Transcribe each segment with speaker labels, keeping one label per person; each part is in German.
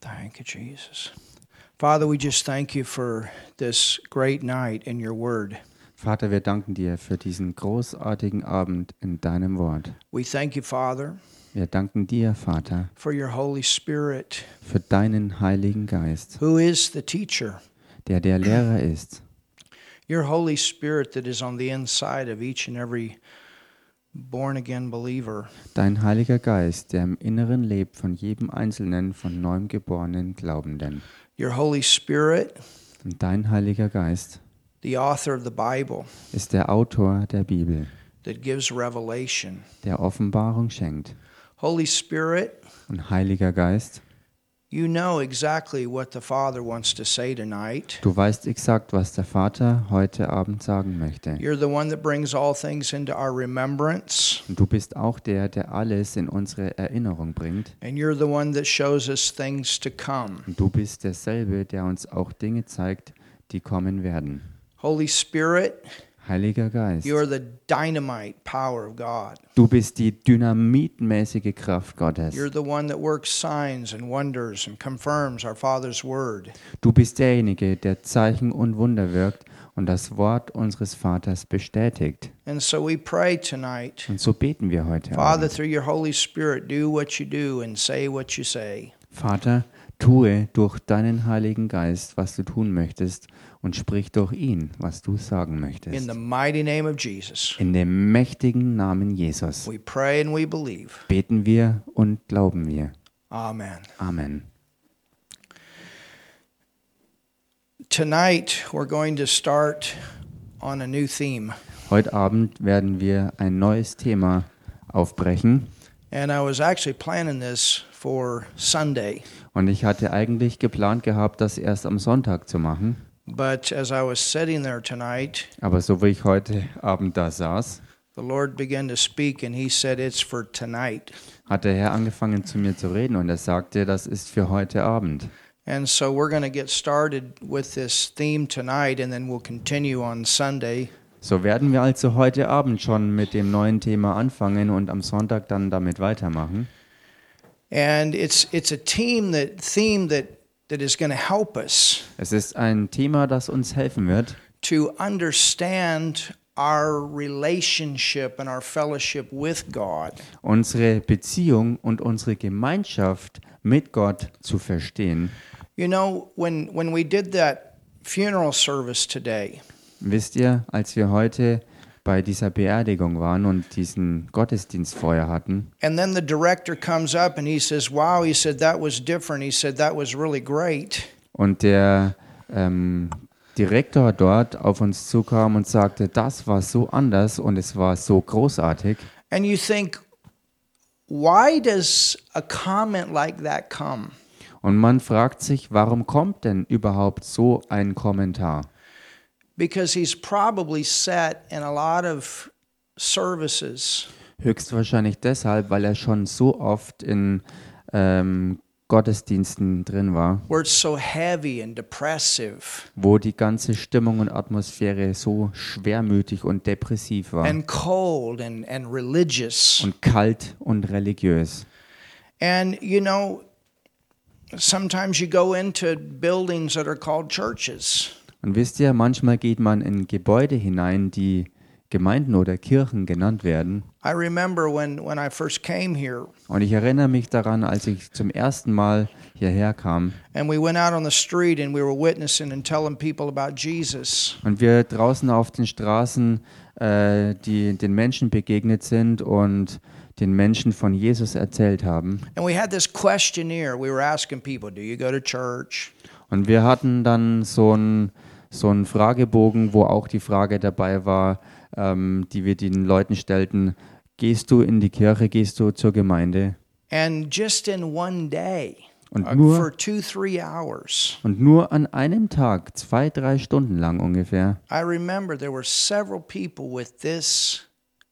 Speaker 1: Thank you, Jesus. Father, we just thank you for this great night in your word.
Speaker 2: Vater, wir danken dir für diesen großartigen Abend in deinem Wort.
Speaker 1: We thank you, Father,
Speaker 2: Wir danken dir, Vater,
Speaker 1: for your Holy Spirit,
Speaker 2: für deinen Heiligen Geist,
Speaker 1: who is the teacher,
Speaker 2: der der Lehrer ist.
Speaker 1: your Holy Spirit that is on the inside of each and every born again believer.
Speaker 2: Dein Heiliger Geist, der im Inneren lebt von jedem einzelnen von neuem geborenen Glaubenden.
Speaker 1: Your Holy Spirit,
Speaker 2: Und dein Heiliger Geist
Speaker 1: the author of the Bible,
Speaker 2: ist der Autor der Bibel,
Speaker 1: that gives revelation.
Speaker 2: der Offenbarung schenkt.
Speaker 1: Holy Spirit,
Speaker 2: Und Heiliger Geist,
Speaker 1: you know exactly what the Father wants to say tonight.
Speaker 2: du weißt exakt, was der Vater heute Abend sagen möchte.
Speaker 1: You're the one that brings all things into our remembrance,
Speaker 2: Und du bist auch der, der alles in unsere Erinnerung bringt.
Speaker 1: and you're the one that shows us things to come.
Speaker 2: Und du bist derselbe, der uns auch Dinge zeigt, die kommen werden.
Speaker 1: Holy Spirit,
Speaker 2: Heiliger Geist,
Speaker 1: you are the dynamite power of God.
Speaker 2: du bist die dynamitmäßige Kraft Gottes.
Speaker 1: You're the one that works signs and wonders and confirms our Father's word.
Speaker 2: Du bist derjenige, der Zeichen und Wunder wirkt und das Wort unseres Vaters bestätigt.
Speaker 1: And so we pray tonight,
Speaker 2: Und so beten wir heute.
Speaker 1: Father,
Speaker 2: Abend.
Speaker 1: through your Holy Spirit, do what you do and say what you say.
Speaker 2: Vater, tue durch deinen Heiligen Geist, was du tun möchtest, und sprich durch ihn, was du sagen
Speaker 1: In the
Speaker 2: möchtest.
Speaker 1: mighty name of Jesus,
Speaker 2: In dem mächtigen Namen Jesus.
Speaker 1: we pray and we believe.
Speaker 2: beten wir und glauben wir.
Speaker 1: Amen.
Speaker 2: Amen.
Speaker 1: Tonight, we're going to start on a new theme.
Speaker 2: Heute Abend werden wir ein neues Thema aufbrechen
Speaker 1: And I was actually planning this for Sunday,
Speaker 2: und ich hatte eigentlich geplant gehabt, das erst am Sonntag zu machen,
Speaker 1: but as I was sitting there tonight,
Speaker 2: aber so wie ich heute Abend da saß,
Speaker 1: the Lord began to speak and He said, It's for tonight.
Speaker 2: hat der Herr angefangen zu mir zu reden und er sagte, das ist für heute Abend.
Speaker 1: And so we're going to get started with this theme tonight and then we'll continue on Sunday.
Speaker 2: So werden wir also heute Abend schon mit dem neuen Thema anfangen und am Sonntag dann damit weitermachen.
Speaker 1: And it's it's a team that theme that that is going to help us
Speaker 2: Es ist ein Thema, das uns helfen wird,
Speaker 1: to understand our relationship and our fellowship with God.
Speaker 2: unsere Beziehung und unsere Gemeinschaft mit Gott zu verstehen.
Speaker 1: You know, when when we did that funeral service today,
Speaker 2: Wisst ihr, als wir heute bei dieser Beerdigung waren und diesen Gottesdienst vorher hatten
Speaker 1: and then the director comes up and he says, "Wow," he said, "that was different." He said, "That was really great."
Speaker 2: und der ähm, Direktor dort auf uns zukam und sagte, das war so anders und es war so großartig,
Speaker 1: And you think, why does a comment like that come?
Speaker 2: und man fragt sich, warum kommt denn überhaupt so ein Kommentar?
Speaker 1: Because he's probably sat in a lot of services
Speaker 2: Höchstwahrscheinlich deshalb, weil er schon so oft in ähm, Gottesdiensten drin war,
Speaker 1: where it's so heavy and depressive
Speaker 2: wo die ganze Stimmung und Atmosphäre so schwermütig und depressiv war
Speaker 1: and cold and, and religious.
Speaker 2: und kalt und religiös.
Speaker 1: And, you know, sometimes you go into buildings that are called churches
Speaker 2: Und wisst ihr, manchmal geht man in Gebäude hinein, die Gemeinden oder Kirchen genannt werden.
Speaker 1: I remember when, when I first came here
Speaker 2: Und ich erinnere mich daran, als ich zum ersten Mal hierher kam
Speaker 1: and we went out on the street and we were witnessing and telling people about Jesus.
Speaker 2: und wir draußen auf den Straßen äh, die, den Menschen begegnet sind und den Menschen von Jesus erzählt haben.
Speaker 1: And we had this questionnaire. We were asking people, do you go to church?
Speaker 2: Und wir hatten dann so einen so einen Fragebogen, wo auch die Frage dabei war, ähm, die wir den Leuten stellten, gehst du in die Kirche, gehst du zur Gemeinde?
Speaker 1: And just in one day,
Speaker 2: Und
Speaker 1: uh,
Speaker 2: nur,
Speaker 1: for two, three hours,
Speaker 2: und nur an einem Tag, zwei, drei Stunden lang ungefähr,
Speaker 1: I remember there were several people with this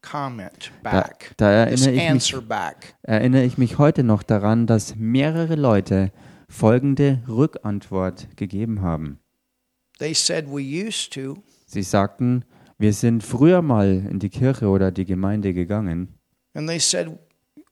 Speaker 1: comment
Speaker 2: da,
Speaker 1: back,
Speaker 2: da
Speaker 1: this
Speaker 2: erinnere, ich mich,
Speaker 1: answer back.
Speaker 2: erinnere ich mich heute noch daran, dass mehrere Leute folgende Rückantwort gegeben haben.
Speaker 1: They said, We used to,
Speaker 2: Sie sagten, wir sind früher mal in die Kirche oder die Gemeinde gegangen.
Speaker 1: and they said,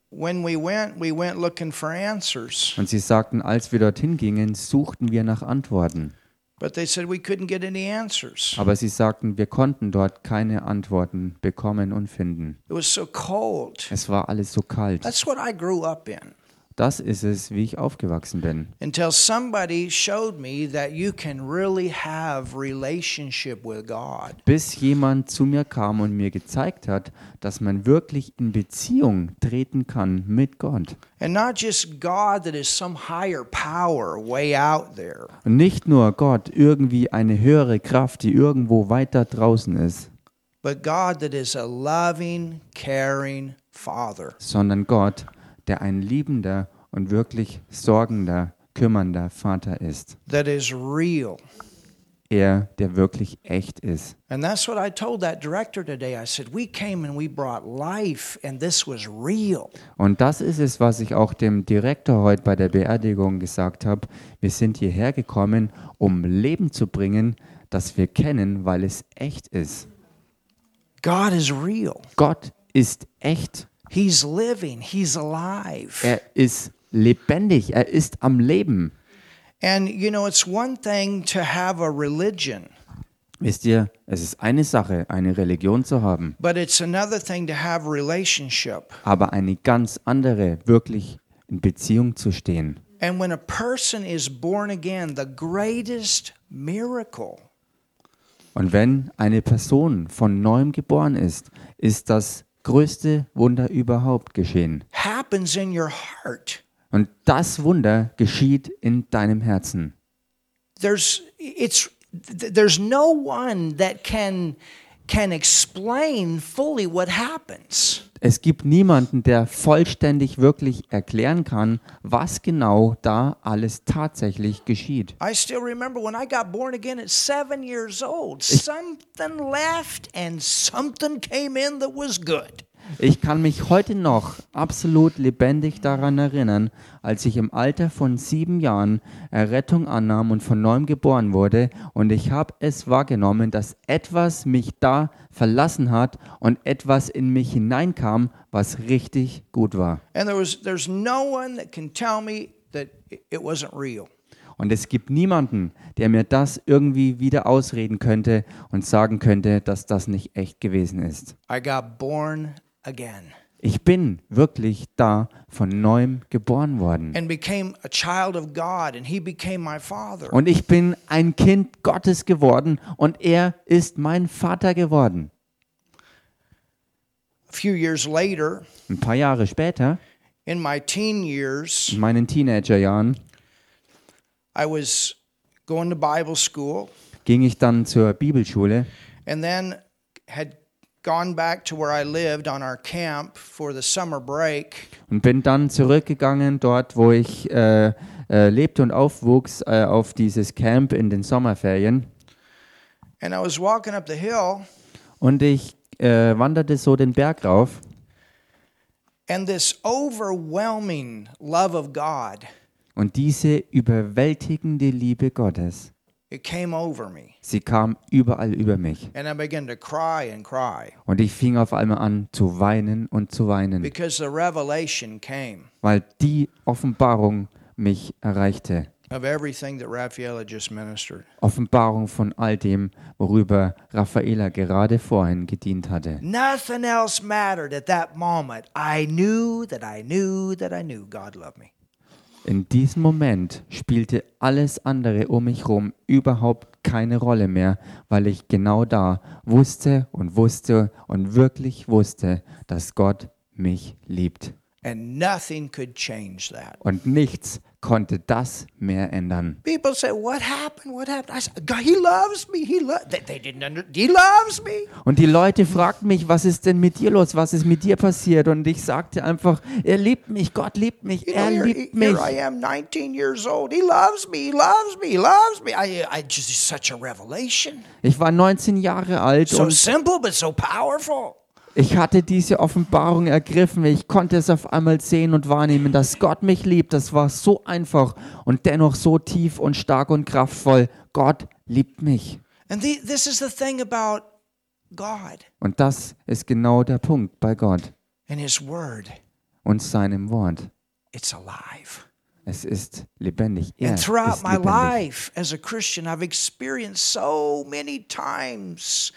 Speaker 1: When we went, we went looking for answers.
Speaker 2: Und sie sagten, als wir dorthin gingen, suchten wir nach Antworten.
Speaker 1: But they said we couldn't get any answers.
Speaker 2: Aber sie sagten, wir konnten dort keine Antworten bekommen und finden.
Speaker 1: It was so cold.
Speaker 2: Es war alles so kalt.
Speaker 1: That's what I grew up in.
Speaker 2: Das ist es, wie ich aufgewachsen bin.
Speaker 1: Until somebody showed me that you can really have relationship with God.
Speaker 2: Bis jemand zu mir kam und mir gezeigt hat, dass man wirklich in Beziehung treten kann mit Gott.
Speaker 1: And not just God that is some higher power way out there.
Speaker 2: Und nicht nur Gott, irgendwie eine höhere Kraft, die irgendwo weiter draußen ist,
Speaker 1: but God that is a loving, caring Father.
Speaker 2: sondern Gott, der ein liebender und wirklich sorgender, kümmernder Vater ist.
Speaker 1: that is real.
Speaker 2: Er, der wirklich echt ist.
Speaker 1: And that's what I told that director today. I said, We came and we brought life, and this was real.
Speaker 2: Und das ist es, was ich auch dem Direktor heute bei der Beerdigung gesagt habe. Wir sind hierher gekommen, um Leben zu bringen, das wir kennen, weil es echt ist.
Speaker 1: God is real.
Speaker 2: Gott ist echt.
Speaker 1: He's living, He's alive.
Speaker 2: Er ist lebendig. Er ist am Leben.
Speaker 1: And you know, it's one thing to have a religion,
Speaker 2: Wisst ihr, es ist eine Sache, eine Religion zu haben,
Speaker 1: but it's another thing to have a relationship.
Speaker 2: aber eine ganz andere, wirklich in Beziehung zu stehen.
Speaker 1: And when a person is born again, the greatest miracle
Speaker 2: Und wenn eine Person von neuem geboren ist, ist das größte Wunder überhaupt geschehen.
Speaker 1: happens in your heart.
Speaker 2: Und das Wunder geschieht in deinem Herzen.
Speaker 1: there's it's th- there's no one that can can explain fully what happens
Speaker 2: Es gibt niemanden, der vollständig wirklich erklären kann, was genau da alles tatsächlich geschieht.
Speaker 1: i still remember when i got born again at seven years old something left and something came in that was good
Speaker 2: Ich kann mich heute noch absolut lebendig daran erinnern, als ich im Alter von sieben Jahren Errettung annahm und von neuem geboren wurde und ich habe es wahrgenommen, dass etwas mich da verlassen hat und etwas in mich hineinkam, was richtig gut war.
Speaker 1: and there was there's no one that can tell me that i- it wasn't real
Speaker 2: Und es gibt niemanden, der mir das irgendwie wieder ausreden könnte und sagen könnte, dass das nicht echt gewesen ist.
Speaker 1: i got born again
Speaker 2: Ich bin wirklich da von neuem geboren worden.
Speaker 1: and became a child of god and he became my father
Speaker 2: Und ich bin ein Kind Gottes geworden und er ist mein Vater geworden.
Speaker 1: a few years later
Speaker 2: Ein paar Jahre später,
Speaker 1: in my teen years
Speaker 2: in meinen Teenagerjahren,
Speaker 1: I was going to Bible school
Speaker 2: ging ich dann zur Bibelschule
Speaker 1: and then had gone back to where I lived on our camp for the summer break.
Speaker 2: und bin dann zurückgegangen dort, wo ich äh, äh, lebte und aufwuchs, äh, auf dieses Camp in den Sommerferien.
Speaker 1: And I was walking up the hill,
Speaker 2: Und ich äh, wanderte so den Berg rauf
Speaker 1: and this overwhelming love of God,
Speaker 2: und diese überwältigende Liebe Gottes,
Speaker 1: it came over me.
Speaker 2: sie kam überall über mich.
Speaker 1: And I began to cry and cry
Speaker 2: Und ich fing auf einmal an zu weinen und zu weinen,
Speaker 1: because the revelation came
Speaker 2: weil die Offenbarung mich erreichte.
Speaker 1: of everything that Raphael had just ministered.
Speaker 2: Offenbarung von all dem, worüber Raffaela gerade vorhin gedient hatte.
Speaker 1: Nothing else mattered at that moment. I knew that I knew that I knew God loved me.
Speaker 2: In diesem Moment spielte alles andere um mich herum überhaupt keine Rolle mehr, weil ich genau da wusste und wusste und wirklich wusste, dass Gott mich liebt.
Speaker 1: And nothing could change that.
Speaker 2: Und nichts konnte das mehr ändern.
Speaker 1: People say, "What happened? What happened?" I said, "God, He loves me. He lo- they, they didn't under- He loves me."
Speaker 2: Und die Leute fragten mich, was ist denn mit dir los? Was ist mit dir passiert? Und ich sagte einfach, er liebt mich, Gott liebt mich,
Speaker 1: You know,
Speaker 2: er
Speaker 1: here,
Speaker 2: liebt mich.
Speaker 1: here I am, 19 years old. He loves me. He loves me. He loves me. I, I just it's such a revelation.
Speaker 2: Ich war 19 Jahre alt
Speaker 1: So
Speaker 2: und
Speaker 1: simple, but so powerful.
Speaker 2: Ich hatte diese Offenbarung ergriffen. Ich konnte es auf einmal sehen und wahrnehmen, dass Gott mich liebt. Das war so einfach und dennoch so tief und stark und kraftvoll. Gott liebt mich.
Speaker 1: And the, this is the thing about God
Speaker 2: Und das ist genau der Punkt bei Gott
Speaker 1: and His Word.
Speaker 2: und seinem Wort.
Speaker 1: It's alive.
Speaker 2: Es ist lebendig. Er
Speaker 1: And
Speaker 2: ist
Speaker 1: throughout my
Speaker 2: lebendig.
Speaker 1: life as a Christian, I've experienced so many times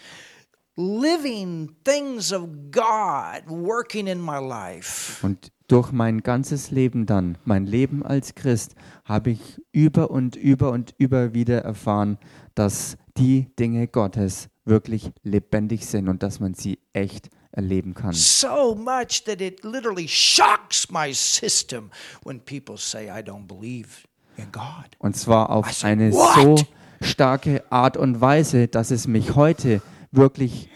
Speaker 1: living things of God working in my life.
Speaker 2: Und durch mein ganzes Leben dann, mein Leben als Christ, habe ich über und über und über wieder erfahren, dass die Dinge Gottes wirklich lebendig sind und dass man sie echt erleben kann.
Speaker 1: So much that it literally shocks my system when people say, I don't believe in God.
Speaker 2: Und zwar
Speaker 1: I
Speaker 2: auf
Speaker 1: said,
Speaker 2: eine so
Speaker 1: "What?"
Speaker 2: starke Art und Weise, dass es mich heute wirklich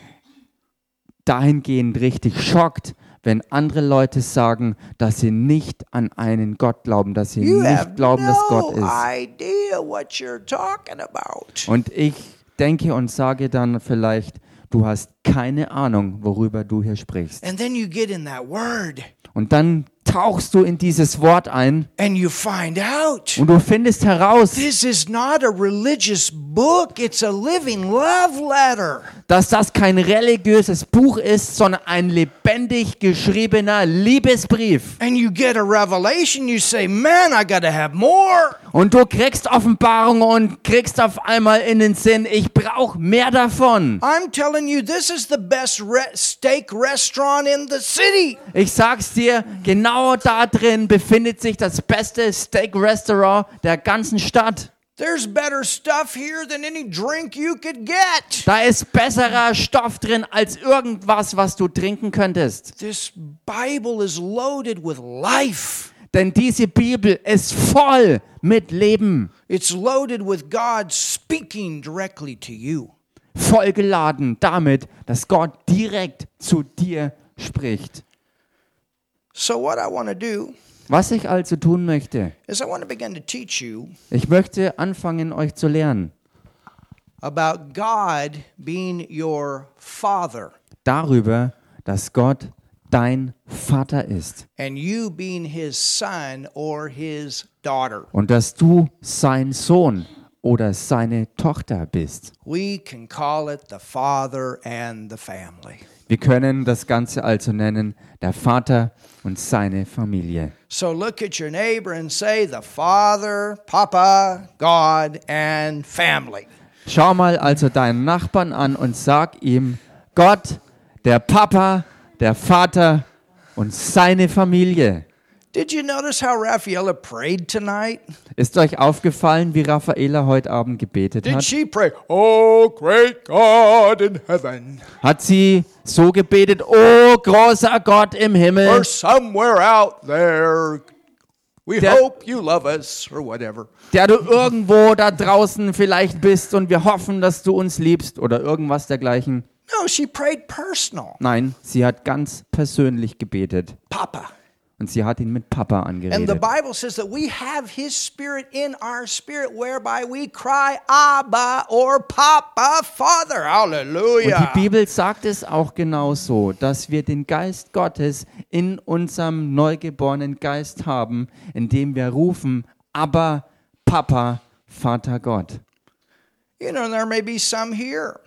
Speaker 2: dahingehend richtig schockt, wenn andere Leute sagen, dass sie nicht an einen Gott glauben, dass sie
Speaker 1: You
Speaker 2: nicht
Speaker 1: have
Speaker 2: glauben, dass Gott
Speaker 1: no
Speaker 2: ist.
Speaker 1: idea what you're talking about.
Speaker 2: Und ich denke und sage dann vielleicht, du hast keine Ahnung, worüber du hier sprichst.
Speaker 1: And then you get in that word
Speaker 2: Und dann tauchst du in dieses Wort ein
Speaker 1: and you find out.
Speaker 2: und du findest heraus,
Speaker 1: This is not a religious book, it's a living love letter.
Speaker 2: dass das kein religiöses Buch ist, sondern ein lebendig geschriebener Liebesbrief.
Speaker 1: And you get a revelation, you say, Man, I got to have more.
Speaker 2: Und du kriegst Offenbarung und kriegst auf einmal in den Sinn, ich brauche mehr davon.
Speaker 1: I'm telling you, this is the best re- steak restaurant in the city.
Speaker 2: Ich sag's dir, genau da drin befindet sich das beste Steak-Restaurant der ganzen Stadt.
Speaker 1: There's better stuff here than any drink you could get.
Speaker 2: Da ist besserer Stoff drin als irgendwas, was du trinken könntest.
Speaker 1: This Bible is loaded with life.
Speaker 2: Denn diese Bibel ist voll mit Leben,
Speaker 1: It's loaded with God speaking directly to you.
Speaker 2: vollgeladen damit, dass Gott direkt zu dir spricht.
Speaker 1: So, what I want to do
Speaker 2: Was ich also tun möchte,
Speaker 1: is I want to begin to teach you
Speaker 2: ich möchte anfangen, euch zu lernen
Speaker 1: about God being your father
Speaker 2: darüber, dass Gott dein Vater ist
Speaker 1: and you being his son or his daughter.
Speaker 2: und dass du sein Sohn oder seine Tochter bist.
Speaker 1: We can call it the father and the family.
Speaker 2: Wir können das Ganze also nennen, der Vater und seine Familie.
Speaker 1: So look at your neighbor and say, the father, papa, God, and family.
Speaker 2: Schau mal also deinen Nachbarn an und sag ihm, Gott, der Papa, der Vater und seine Familie.
Speaker 1: Did you notice how Raffaella prayed tonight?
Speaker 2: Ist euch aufgefallen, wie Raffaela heute Abend gebetet
Speaker 1: Did
Speaker 2: hat?
Speaker 1: she pray, Oh, great God in heaven,
Speaker 2: Hat sie so gebetet, oh großer Gott im Himmel,
Speaker 1: or somewhere out there? We
Speaker 2: That-
Speaker 1: hope you love us, or whatever.
Speaker 2: der du irgendwo da draußen vielleicht bist und wir hoffen, dass du uns liebst oder irgendwas dergleichen.
Speaker 1: No, she prayed personal.
Speaker 2: Nein, sie hat ganz persönlich gebetet
Speaker 1: Papa.
Speaker 2: und sie hat ihn mit Papa
Speaker 1: And the
Speaker 2: angeredet.
Speaker 1: Bible says that we have His Spirit in our spirit, whereby we cry, Abba or Papa, Father.
Speaker 2: Und die
Speaker 1: Hallelujah.
Speaker 2: Bibel sagt es auch genauso, dass wir den Geist Gottes in unserem neugeborenen Geist haben, indem wir rufen, aber Papa, Vater Gott.
Speaker 1: You know, there may be some here.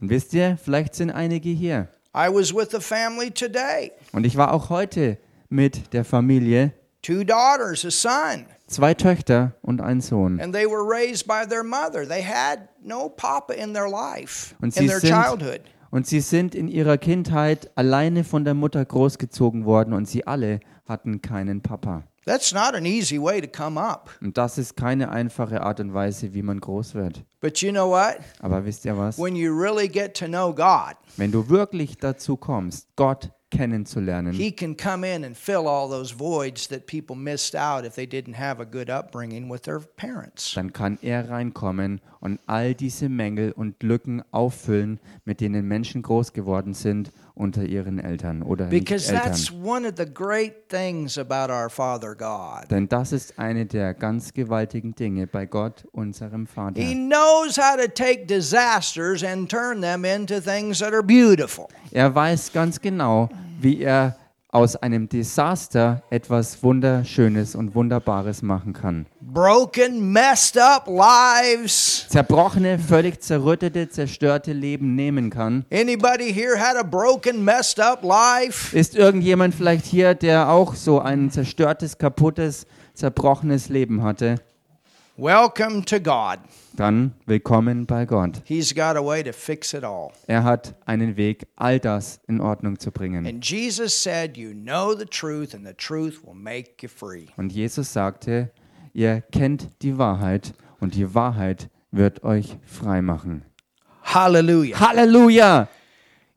Speaker 2: Und wisst ihr, vielleicht sind einige hier.
Speaker 1: I was with the family today.
Speaker 2: Und ich war auch heute mit der Familie,
Speaker 1: Two daughters, a son,
Speaker 2: zwei Töchter und ein Sohn.
Speaker 1: and they were raised by their mother. They had no papa in their life,
Speaker 2: Und
Speaker 1: in
Speaker 2: sie,
Speaker 1: their
Speaker 2: sind,
Speaker 1: childhood.
Speaker 2: und sie sind in ihrer Kindheit alleine von der Mutter großgezogen worden und sie alle hatten keinen Papa.
Speaker 1: That's not an easy way to come up.
Speaker 2: Und das ist keine einfache Art und Weise, wie man groß wird.
Speaker 1: But you know what?
Speaker 2: Aber wisst ihr was?
Speaker 1: When you really get to know God,
Speaker 2: Wenn du wirklich dazu kommst, Gott kennenzulernen,
Speaker 1: He can come in and fill all those voids that people missed out if they didn't have a good upbringing with their parents.
Speaker 2: dann kann er reinkommen und all diese Mängel und Lücken auffüllen, mit denen Menschen groß geworden sind unter ihren Eltern oder nicht
Speaker 1: Because
Speaker 2: Eltern.
Speaker 1: that's one of the great things about our Father God.
Speaker 2: Denn das ist eine der ganz gewaltigen Dinge bei Gott, unserem Vater.
Speaker 1: He knows how to take disasters and turn them into things that are beautiful.
Speaker 2: Er weiß ganz genau, wie er aus einem Desaster etwas Wunderschönes und Wunderbares machen kann.
Speaker 1: Broken, messed up lives.
Speaker 2: Zerbrochene, völlig zerrüttete, zerstörte Leben nehmen kann.
Speaker 1: Anybody here had a broken, messed up life?
Speaker 2: Ist irgendjemand vielleicht hier, der auch so ein zerstörtes, kaputtes, zerbrochenes Leben hatte?
Speaker 1: Welcome to God.
Speaker 2: Dann willkommen bei Gott.
Speaker 1: He's got a way to fix it all.
Speaker 2: Er hat einen Weg, all das in Ordnung zu bringen.
Speaker 1: And Jesus said, You know the truth, and the truth will make you free.
Speaker 2: Und Jesus sagte, ihr kennt die Wahrheit und die Wahrheit wird euch frei machen.
Speaker 1: Hallelujah.
Speaker 2: Halleluja!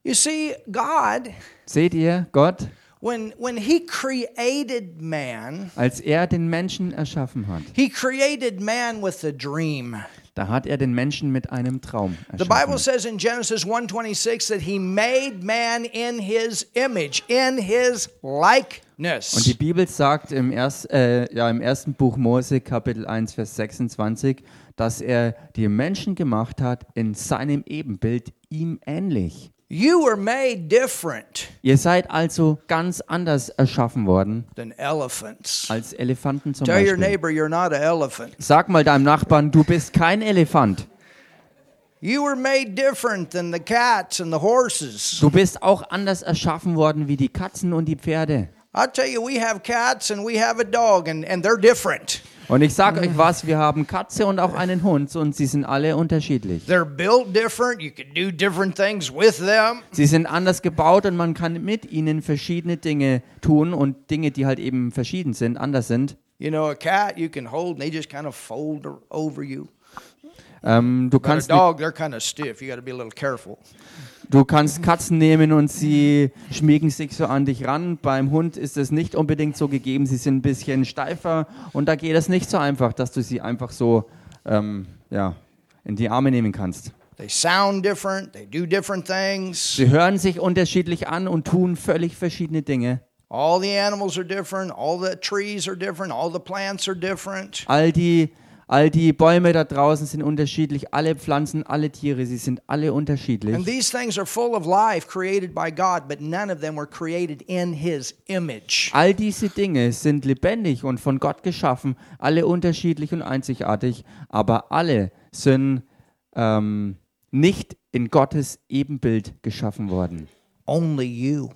Speaker 1: You see, God,
Speaker 2: Seht ihr, Gott,
Speaker 1: when, when He created man,
Speaker 2: als er den Menschen erschaffen hat,
Speaker 1: He created man with a dream.
Speaker 2: da hat er den Menschen mit einem Traum
Speaker 1: The Bible
Speaker 2: erschaffen.
Speaker 1: says in Genesis 1:26 that he made man in his image, in his
Speaker 2: Und
Speaker 1: likeness.
Speaker 2: die Bibel sagt im, erst, äh, ja, im ersten Buch Mose, Kapitel 1, Vers 26, dass er die Menschen gemacht hat in seinem Ebenbild, ihm ähnlich.
Speaker 1: You were made different
Speaker 2: Ihr seid also ganz anders erschaffen worden
Speaker 1: than elephants.
Speaker 2: als Elefanten zum
Speaker 1: Tell your
Speaker 2: Beispiel.
Speaker 1: neighbor you're not an elephant.
Speaker 2: Sag mal deinem Nachbarn, du bist kein Elefant.
Speaker 1: You were made different than the cats and the horses.
Speaker 2: Du bist auch anders erschaffen worden wie die Katzen und die Pferde.
Speaker 1: I tell you, we have cats and we have a dog, and, and they're different.
Speaker 2: Und ich
Speaker 1: Ah.
Speaker 2: sag euch was, wir haben Katze und auch einen Hund und sie sind alle unterschiedlich.
Speaker 1: They're built different. You can do different things with them.
Speaker 2: Sie sind anders gebaut und man kann mit ihnen verschiedene Dinge tun und Dinge, die halt eben verschieden sind, anders sind.
Speaker 1: You know, a cat you can hold, and they just kind of fold o- over you.
Speaker 2: Ähm, du,
Speaker 1: But a
Speaker 2: kannst,
Speaker 1: dog, they're kind of stiff. You got to be a little careful.
Speaker 2: du kannst Katzen nehmen und sie schmiegen sich so an dich ran. Beim Hund ist es nicht unbedingt so gegeben. Sie sind ein bisschen steifer und da geht es nicht so einfach, dass du sie einfach so ähm, ja, in die Arme nehmen kannst.
Speaker 1: They sound different. They do different things.
Speaker 2: Sie hören sich unterschiedlich an und tun völlig verschiedene Dinge.
Speaker 1: All the animals are different. All the trees are different. All the plants are different.
Speaker 2: All die, all die Bäume da draußen sind unterschiedlich, alle Pflanzen, alle Tiere, sie sind alle
Speaker 1: And
Speaker 2: unterschiedlich.
Speaker 1: these things are full of life created by God, but none of them were created in His image.
Speaker 2: All diese Dinge sind lebendig und von Gott geschaffen, alle unterschiedlich und einzigartig, aber alle sind ähm, nicht in Gottes Ebenbild geschaffen worden.
Speaker 1: Only you.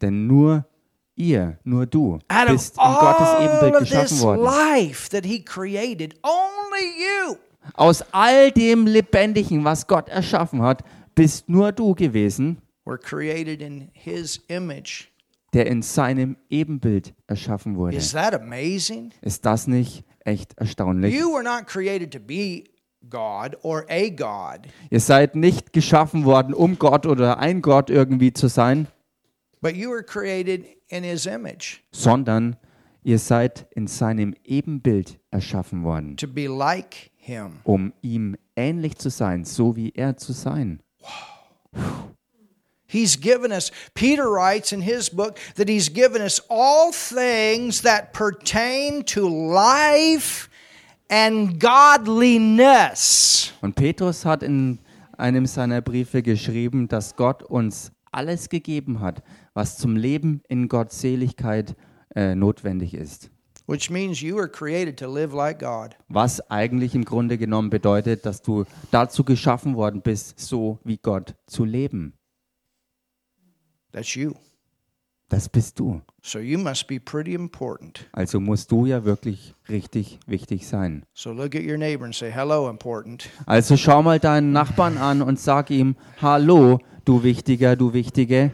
Speaker 2: Denn nur ihr, nur du
Speaker 1: Out of
Speaker 2: bist in Gottes
Speaker 1: all
Speaker 2: Ebenbild
Speaker 1: of
Speaker 2: geschaffen
Speaker 1: this
Speaker 2: worden.
Speaker 1: life that He created, only you
Speaker 2: Aus all dem Lebendigen, was Gott erschaffen hat, bist nur du gewesen,
Speaker 1: were created in His image.
Speaker 2: der in seinem Ebenbild erschaffen wurde.
Speaker 1: Is that amazing?
Speaker 2: Ist das nicht echt erstaunlich?
Speaker 1: You were not created to be God or a God,
Speaker 2: Ihr seid nicht geschaffen worden, um Gott oder ein Gott irgendwie zu sein,
Speaker 1: but you were created in His image.
Speaker 2: sondern ihr seid in seinem Ebenbild erschaffen worden,
Speaker 1: to be like him.
Speaker 2: um ihm ähnlich zu sein, so wie er zu sein.
Speaker 1: He's given us, Peter writes in his book, that he's given us all things that pertain to life and godliness.
Speaker 2: Und Petrus hat in einem seiner Briefe geschrieben, dass Gott uns alles gegeben hat, was zum Leben in Gottseligkeit äh, notwendig ist.
Speaker 1: Which means you were created to live like God.
Speaker 2: was eigentlich im Grunde genommen bedeutet, dass du dazu geschaffen worden bist, so wie Gott zu leben.
Speaker 1: That's you.
Speaker 2: Das bist du.
Speaker 1: So you must be pretty important.
Speaker 2: Also musst du ja wirklich richtig wichtig sein.
Speaker 1: So look at your neighbor and say, Hello, important.
Speaker 2: Also schau mal deinen Nachbarn an und sag ihm, hallo, du Wichtiger, du Wichtige.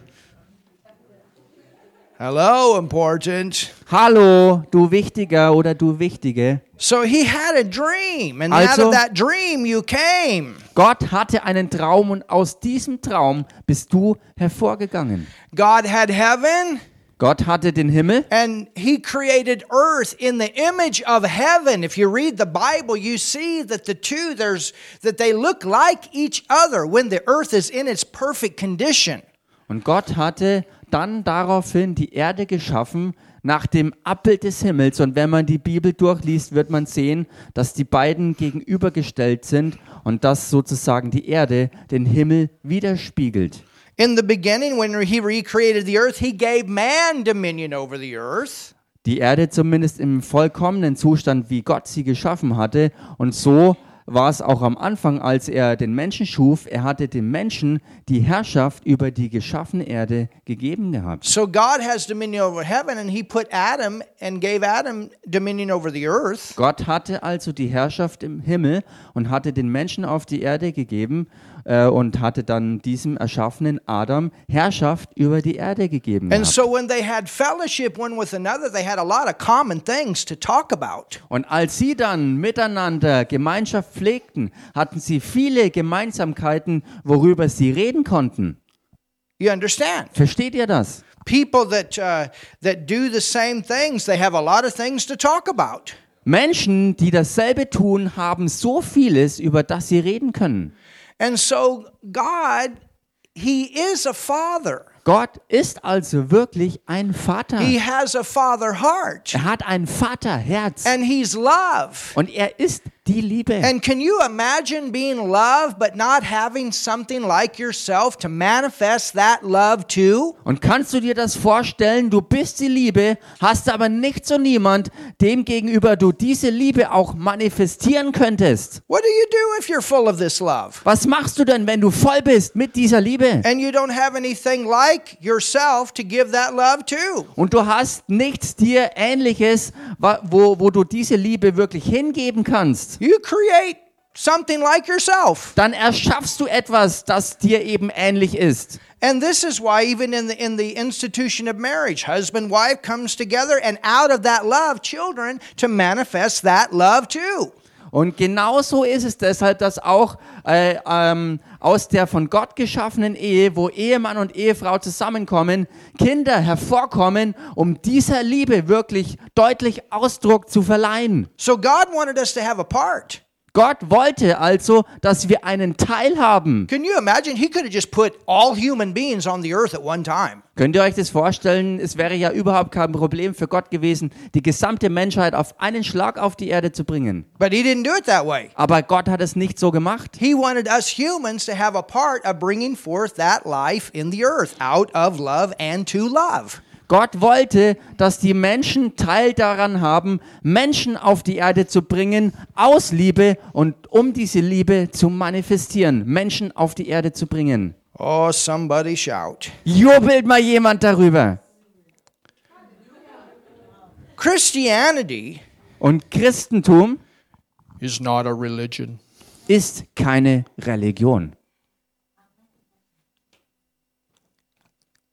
Speaker 1: Hello, important.
Speaker 2: Hallo, du Wichtiger oder du Wichtige.
Speaker 1: So he had a dream, and out
Speaker 2: Also-
Speaker 1: of that dream you came.
Speaker 2: Gott hatte einen Traum und aus diesem Traum bist du hervorgegangen.
Speaker 1: God had heaven,
Speaker 2: Gott hatte den Himmel
Speaker 1: And he created earth in the image of heaven. If you read the Bible, you see that the two there's that they look like each other when the earth is in its perfect condition.
Speaker 2: Und Gott hatte dann daraufhin die Erde geschaffen nach dem Abbild des Himmels. Und wenn man die Bibel durchliest, wird man sehen, dass die beiden gegenübergestellt sind und dass sozusagen die Erde den Himmel widerspiegelt.
Speaker 1: In the beginning, when he recreated the earth, he gave man dominion over the earth.
Speaker 2: die Erde zumindest im vollkommenen Zustand, wie Gott sie geschaffen hatte. Und so war es auch am Anfang, als er den Menschen schuf. Er hatte dem Menschen die Herrschaft über die geschaffene Erde gegeben gehabt.
Speaker 1: So God has dominion over heaven, and he put Adam and gave Adam dominion over the earth.
Speaker 2: Gott hatte also die Herrschaft im Himmel und hatte den Menschen auf die Erde gegeben äh, und hatte dann diesem erschaffenen Adam Herrschaft über die Erde gegeben.
Speaker 1: And
Speaker 2: Gehabt.
Speaker 1: so when they had fellowship one with another, they had a lot of common things to talk about.
Speaker 2: Und als sie dann miteinander Gemeinschaft pflegten, hatten sie viele Gemeinsamkeiten, worüber sie reden konnten.
Speaker 1: You understand?
Speaker 2: Versteht ihr das?
Speaker 1: People that uh, that do the same things, they have a lot of things to talk about.
Speaker 2: Menschen, die dasselbe tun, haben so vieles, über das sie reden können.
Speaker 1: And so God, he is a father.
Speaker 2: Gott ist also wirklich ein Vater.
Speaker 1: He has a father heart,
Speaker 2: Er hat ein Vaterherz
Speaker 1: and he's love.
Speaker 2: und er ist die Liebe.
Speaker 1: And can you imagine being loved but not having something like yourself to manifest that love to?
Speaker 2: Und kannst du dir das vorstellen? Du bist die Liebe, hast aber nichts und niemand, dem gegenüber du diese Liebe auch manifestieren könntest.
Speaker 1: What do you do if you're full of this love
Speaker 2: Was machst du denn, wenn du voll bist mit dieser Liebe?
Speaker 1: and you don't have anything like yourself to give that love to?
Speaker 2: Und du hast nichts dir Ähnliches, wa- wo, wo du diese Liebe wirklich hingeben kannst.
Speaker 1: You create something like yourself.
Speaker 2: Dann erschaffst du etwas, das dir eben ähnlich ist.
Speaker 1: And this is why even in the in the institution of marriage, husband wife comes together and out of that love children to manifest that love too.
Speaker 2: Und genauso ist es deshalb, dass auch äh, ähm, aus der von Gott geschaffenen Ehe, wo Ehemann und Ehefrau zusammenkommen, Kinder hervorkommen, um dieser Liebe wirklich deutlich Ausdruck zu verleihen.
Speaker 1: So God wanted us to have a part.
Speaker 2: Gott wollte also, dass wir einen Teil haben.
Speaker 1: Can you imagine? He could have just put all human beings on the earth at one time.
Speaker 2: Könnt ihr euch das vorstellen? Es wäre ja überhaupt kein Problem für Gott gewesen, die gesamte Menschheit auf einen Schlag auf die Erde zu bringen.
Speaker 1: But he didn't do it that way.
Speaker 2: Aber Gott hat es nicht so gemacht.
Speaker 1: He wanted us humans to have a part of bringing forth that life in the earth out of love and to love.
Speaker 2: Gott wollte, dass die Menschen Teil daran haben, Menschen auf die Erde zu bringen, aus Liebe und um diese Liebe zu manifestieren, Menschen auf die Erde zu bringen.
Speaker 1: Oh, somebody shout.
Speaker 2: Jubelt mal jemand darüber.
Speaker 1: Christianity
Speaker 2: Und Christentum
Speaker 1: is not a religion.
Speaker 2: ist keine Religion.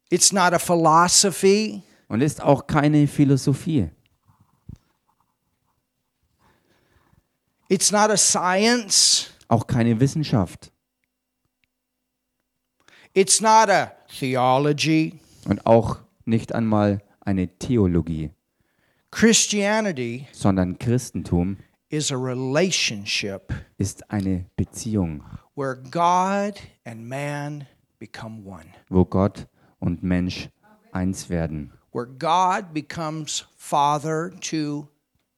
Speaker 1: It's not a philosophy.
Speaker 2: und ist auch keine Philosophie.
Speaker 1: It's not a science.
Speaker 2: auch keine Wissenschaft
Speaker 1: It's not a theology.
Speaker 2: und auch nicht einmal eine Theologie,
Speaker 1: Christianity
Speaker 2: sondern Christentum
Speaker 1: is a relationship
Speaker 2: ist eine Beziehung,
Speaker 1: where God and man become one,
Speaker 2: wo Gott und Mensch eins werden,
Speaker 1: where God becomes father to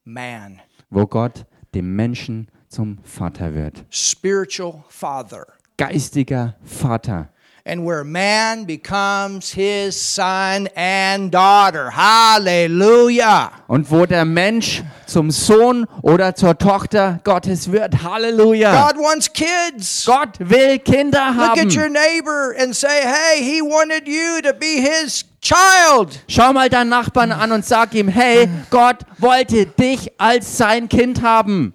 Speaker 1: man,
Speaker 2: wo Gott dem Menschen zum Vater wird,
Speaker 1: spiritual father,
Speaker 2: geistiger Vater
Speaker 1: and where man becomes his son and daughter. Hallelujah.
Speaker 2: und wo der Mensch zum Sohn oder zur Tochter Gottes wird. Halleluja!
Speaker 1: God wants kids.
Speaker 2: Gott will Kinder
Speaker 1: Look at your
Speaker 2: haben.
Speaker 1: neighbor and say, hey, he wanted you to be his child.
Speaker 2: Schau mal deinen Nachbarn an und sag ihm, hey, Gott wollte dich als sein Kind haben.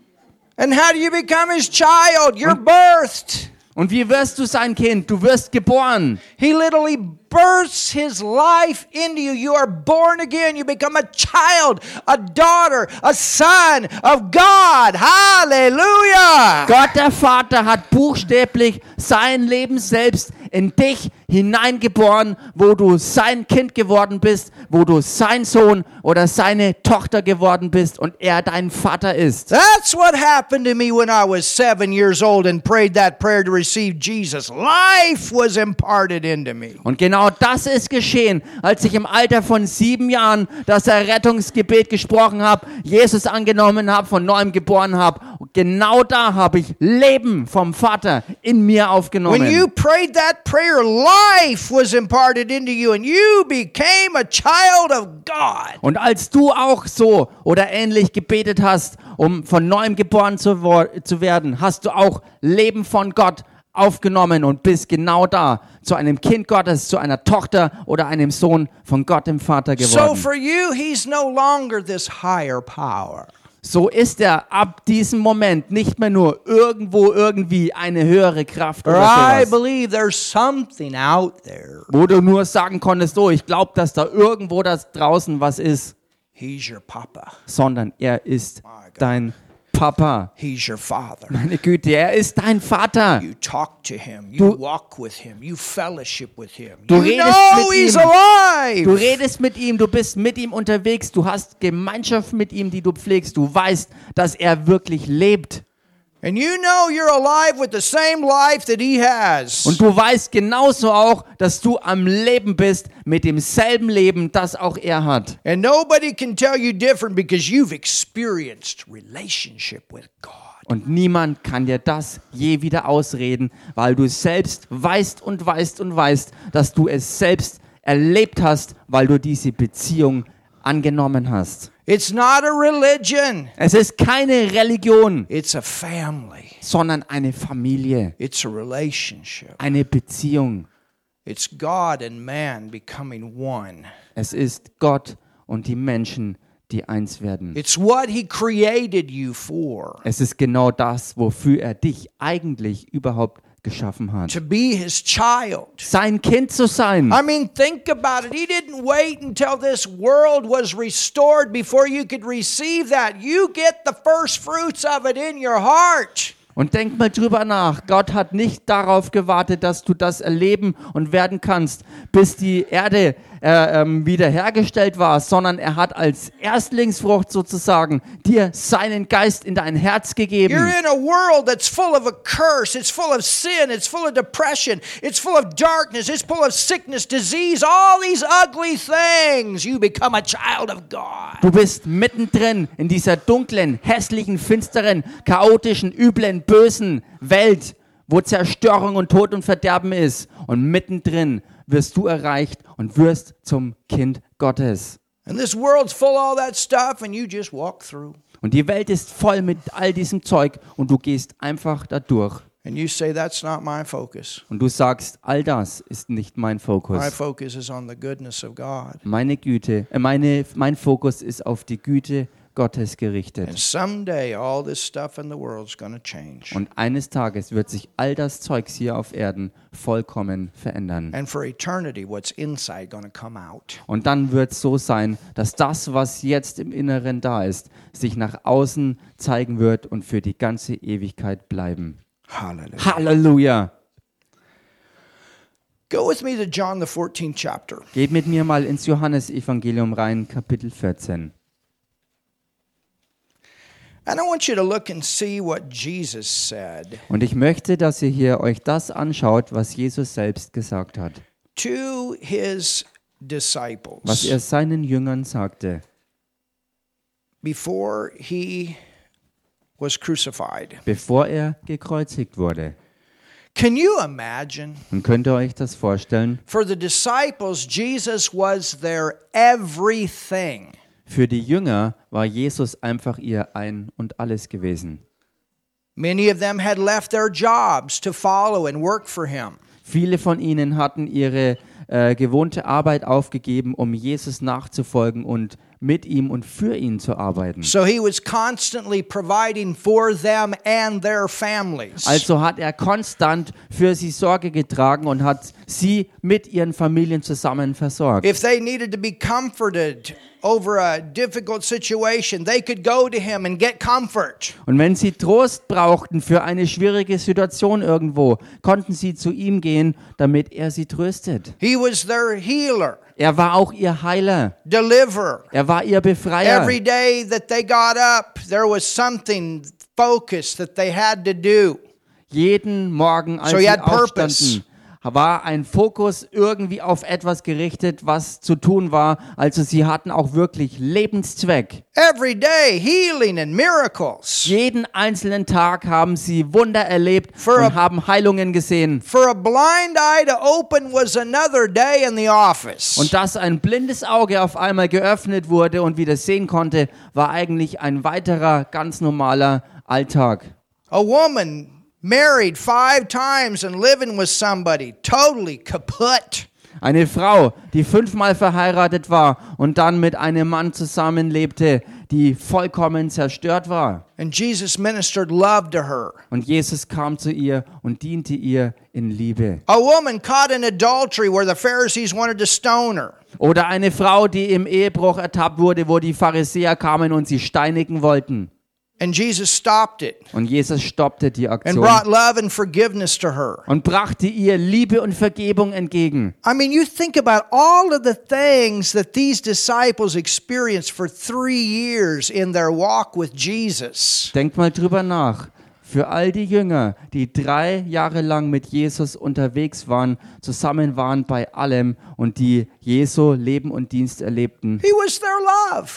Speaker 1: And how do you become his child? You're birthed.
Speaker 2: Und wie wirst du sein Kind? Du wirst geboren.
Speaker 1: He literally births his life into you. You are born again. You become a child, a daughter, a son of God. Hallelujah.
Speaker 2: Gott der Vater hat buchstäblich sein Leben selbst in dich hineingeboren, wo du sein Kind geworden bist, wo du sein Sohn oder seine Tochter geworden bist und er dein Vater ist.
Speaker 1: That's what happened to me when I was seven years old and prayed that prayer to receive Jesus. Life was imparted into me.
Speaker 2: Und genau das ist geschehen, als ich im Alter von sieben Jahren das Errettungsgebet gesprochen habe, Jesus angenommen habe, von neuem geboren habe. Genau da habe ich Leben vom Vater in
Speaker 1: When
Speaker 2: mir
Speaker 1: you
Speaker 2: aufgenommen.
Speaker 1: prayed that prayer, life was imparted into you and you became a child of God.
Speaker 2: Und als du auch so oder ähnlich gebetet hast, um von neuem geboren zu, wor- zu werden, hast du auch Leben von Gott aufgenommen und bist genau da zu einem Kind Gottes, zu einer Tochter oder einem Sohn von Gott dem Vater
Speaker 1: So
Speaker 2: geworden.
Speaker 1: for you, he's no longer this higher power.
Speaker 2: So ist er ab diesem Moment nicht mehr nur irgendwo irgendwie eine höhere Kraft
Speaker 1: Or
Speaker 2: oder
Speaker 1: I
Speaker 2: sowas,
Speaker 1: believe there's something out there.
Speaker 2: wo du nur sagen konntest, oh, ich glaube, dass da irgendwo das draußen was ist,
Speaker 1: He's your papa.
Speaker 2: sondern er ist dein Papa.
Speaker 1: He's your father.
Speaker 2: Meine Güte, er ist dein Vater.
Speaker 1: You talk to him. You walk with him. You fellowship with him.
Speaker 2: Du
Speaker 1: you
Speaker 2: redest
Speaker 1: know
Speaker 2: mit
Speaker 1: he's
Speaker 2: ihm.
Speaker 1: alive.
Speaker 2: Du redest mit ihm, du bist mit ihm unterwegs, du hast Gemeinschaft mit ihm, die du pflegst, du weißt, dass er wirklich lebt.
Speaker 1: and you know you're alive with the same life that he has.
Speaker 2: Und du weißt genauso auch, dass du am Leben bist mit demselben Leben, das auch er hat.
Speaker 1: and nobody can tell you different because you've experienced relationship with God.
Speaker 2: Und niemand kann dir das je wieder ausreden, weil du selbst weißt und weißt und weißt, dass du es selbst erlebt hast, weil du diese Beziehung angenommen hast.
Speaker 1: It's not a religion.
Speaker 2: Es ist keine Religion,
Speaker 1: It's a family.
Speaker 2: sondern eine Familie,
Speaker 1: It's a relationship.
Speaker 2: eine Beziehung.
Speaker 1: It's God and man becoming one.
Speaker 2: Es ist Gott und die Menschen, die eins werden.
Speaker 1: It's what he created you for.
Speaker 2: Es ist genau das, wofür er dich eigentlich überhaupt geschaffen hat.
Speaker 1: To be his child.
Speaker 2: Sein Kind zu sein.
Speaker 1: I mean, think about it. He didn't wait until this world was restored before you could receive that. You get the first fruits of it in your heart.
Speaker 2: Und denk mal drüber nach. Gott hat nicht darauf gewartet, dass du das erleben und werden kannst, bis die Erde äh, ähm, wiederhergestellt war, sondern er hat als Erstlingsfrucht sozusagen dir seinen Geist in dein Herz
Speaker 1: You're
Speaker 2: gegeben.
Speaker 1: in a world that's full of a curse. It's full of sin. It's full of depression. It's full of darkness. It's full of sickness, disease, all these ugly things. You become a child of God.
Speaker 2: Du bist mittendrin in dieser dunklen, hässlichen, finsteren, chaotischen, üblen, bösen Welt, wo Zerstörung und Tod und Verderben ist. Und mittendrin wirst du erreicht und wirst zum Kind Gottes.
Speaker 1: And this world's full of all that stuff, and you just walk through.
Speaker 2: Und die Welt ist voll mit all diesem Zeug und du gehst einfach da durch.
Speaker 1: And you say, That's not my focus.
Speaker 2: Und du sagst, all das ist nicht mein
Speaker 1: My
Speaker 2: Fokus.
Speaker 1: focus is on the goodness of God.
Speaker 2: Meine Güte, äh, meine, mein Fokus ist auf die Güte Gottes
Speaker 1: And
Speaker 2: gerichtet.
Speaker 1: someday all this stuff in the world's going to change.
Speaker 2: Und eines Tages wird sich all das Zeugs hier auf Erden vollkommen verändern.
Speaker 1: And for eternity, what's inside going to come out.
Speaker 2: Und dann wird es so sein, dass das, was jetzt im Inneren da ist, sich nach außen zeigen wird und für die ganze Ewigkeit bleiben.
Speaker 1: Hallelujah.
Speaker 2: Halleluja!
Speaker 1: Go with me to John, the 14th chapter.
Speaker 2: Geht mit mir mal ins Johannesevangelium rein, Kapitel 14.
Speaker 1: And I want you to look and see what Jesus said
Speaker 2: Und ich möchte, dass ihr hier euch das anschaut, was Jesus selbst gesagt hat,
Speaker 1: to his
Speaker 2: was
Speaker 1: disciples
Speaker 2: er seinen Jüngern sagte,
Speaker 1: before he was crucified.
Speaker 2: bevor er gekreuzigt wurde.
Speaker 1: Can you imagine?
Speaker 2: Und könnt ihr euch das vorstellen?
Speaker 1: For the disciples, Jesus was their everything.
Speaker 2: Für die Jünger war Jesus einfach ihr Ein und Alles gewesen.
Speaker 1: Many of them had left their jobs to follow and work for him.
Speaker 2: Viele von ihnen hatten ihre äh, gewohnte Arbeit aufgegeben, um Jesus nachzufolgen und mit ihm und für ihn zu arbeiten.
Speaker 1: So he was constantly providing for them and their families.
Speaker 2: Also hat er konstant für sie Sorge getragen und hat sie mit ihren Familien zusammen versorgt.
Speaker 1: if they needed to be comforted over a difficult situation, they could go to him and get comfort.
Speaker 2: Und wenn sie Trost brauchten für eine schwierige Situation irgendwo, konnten sie zu ihm gehen, damit er sie tröstet.
Speaker 1: He was their healer,
Speaker 2: Er war auch ihr Heiler.
Speaker 1: deliverer.
Speaker 2: Er war ihr Befreier.
Speaker 1: Every day that they got up, there was something focused that they had to do.
Speaker 2: Jeden Morgen, als
Speaker 1: So he
Speaker 2: sie
Speaker 1: had purpose.
Speaker 2: aufstanden, war ein Fokus irgendwie auf etwas gerichtet, was zu tun war. Also sie hatten auch wirklich Lebenszweck.
Speaker 1: Every day, healing and miracles.
Speaker 2: Jeden einzelnen Tag haben sie Wunder erlebt
Speaker 1: For a-
Speaker 2: und haben Heilungen gesehen.
Speaker 1: For a blind eye to open was another day in the office.
Speaker 2: Und dass ein blindes Auge auf einmal geöffnet wurde und wieder sehen konnte, war eigentlich ein weiterer ganz normaler Alltag.
Speaker 1: A woman married five times and living with somebody, totally kaput.
Speaker 2: Eine Frau, die fünfmal verheiratet war und dann mit einem Mann zusammenlebte, die vollkommen zerstört war.
Speaker 1: And Jesus ministered love to her.
Speaker 2: Und Jesus kam zu ihr und diente ihr in Liebe.
Speaker 1: A woman caught in adultery where the Pharisees wanted to stone her.
Speaker 2: Oder eine Frau, die im Ehebruch ertappt wurde, wo die Pharisäer kamen und sie steinigen wollten.
Speaker 1: And Jesus stopped it
Speaker 2: Und Jesus stoppte die
Speaker 1: and
Speaker 2: Aktion
Speaker 1: brought love and forgiveness to her.
Speaker 2: und brachte ihr Liebe und Vergebung entgegen.
Speaker 1: I mean, you think about all of the things that these disciples experienced for three years in their walk with Jesus.
Speaker 2: Denkt mal drüber nach. Für all die Jünger, die drei Jahre lang mit Jesus unterwegs waren, zusammen waren bei allem und die Jesu Leben und Dienst erlebten.
Speaker 1: He was their love.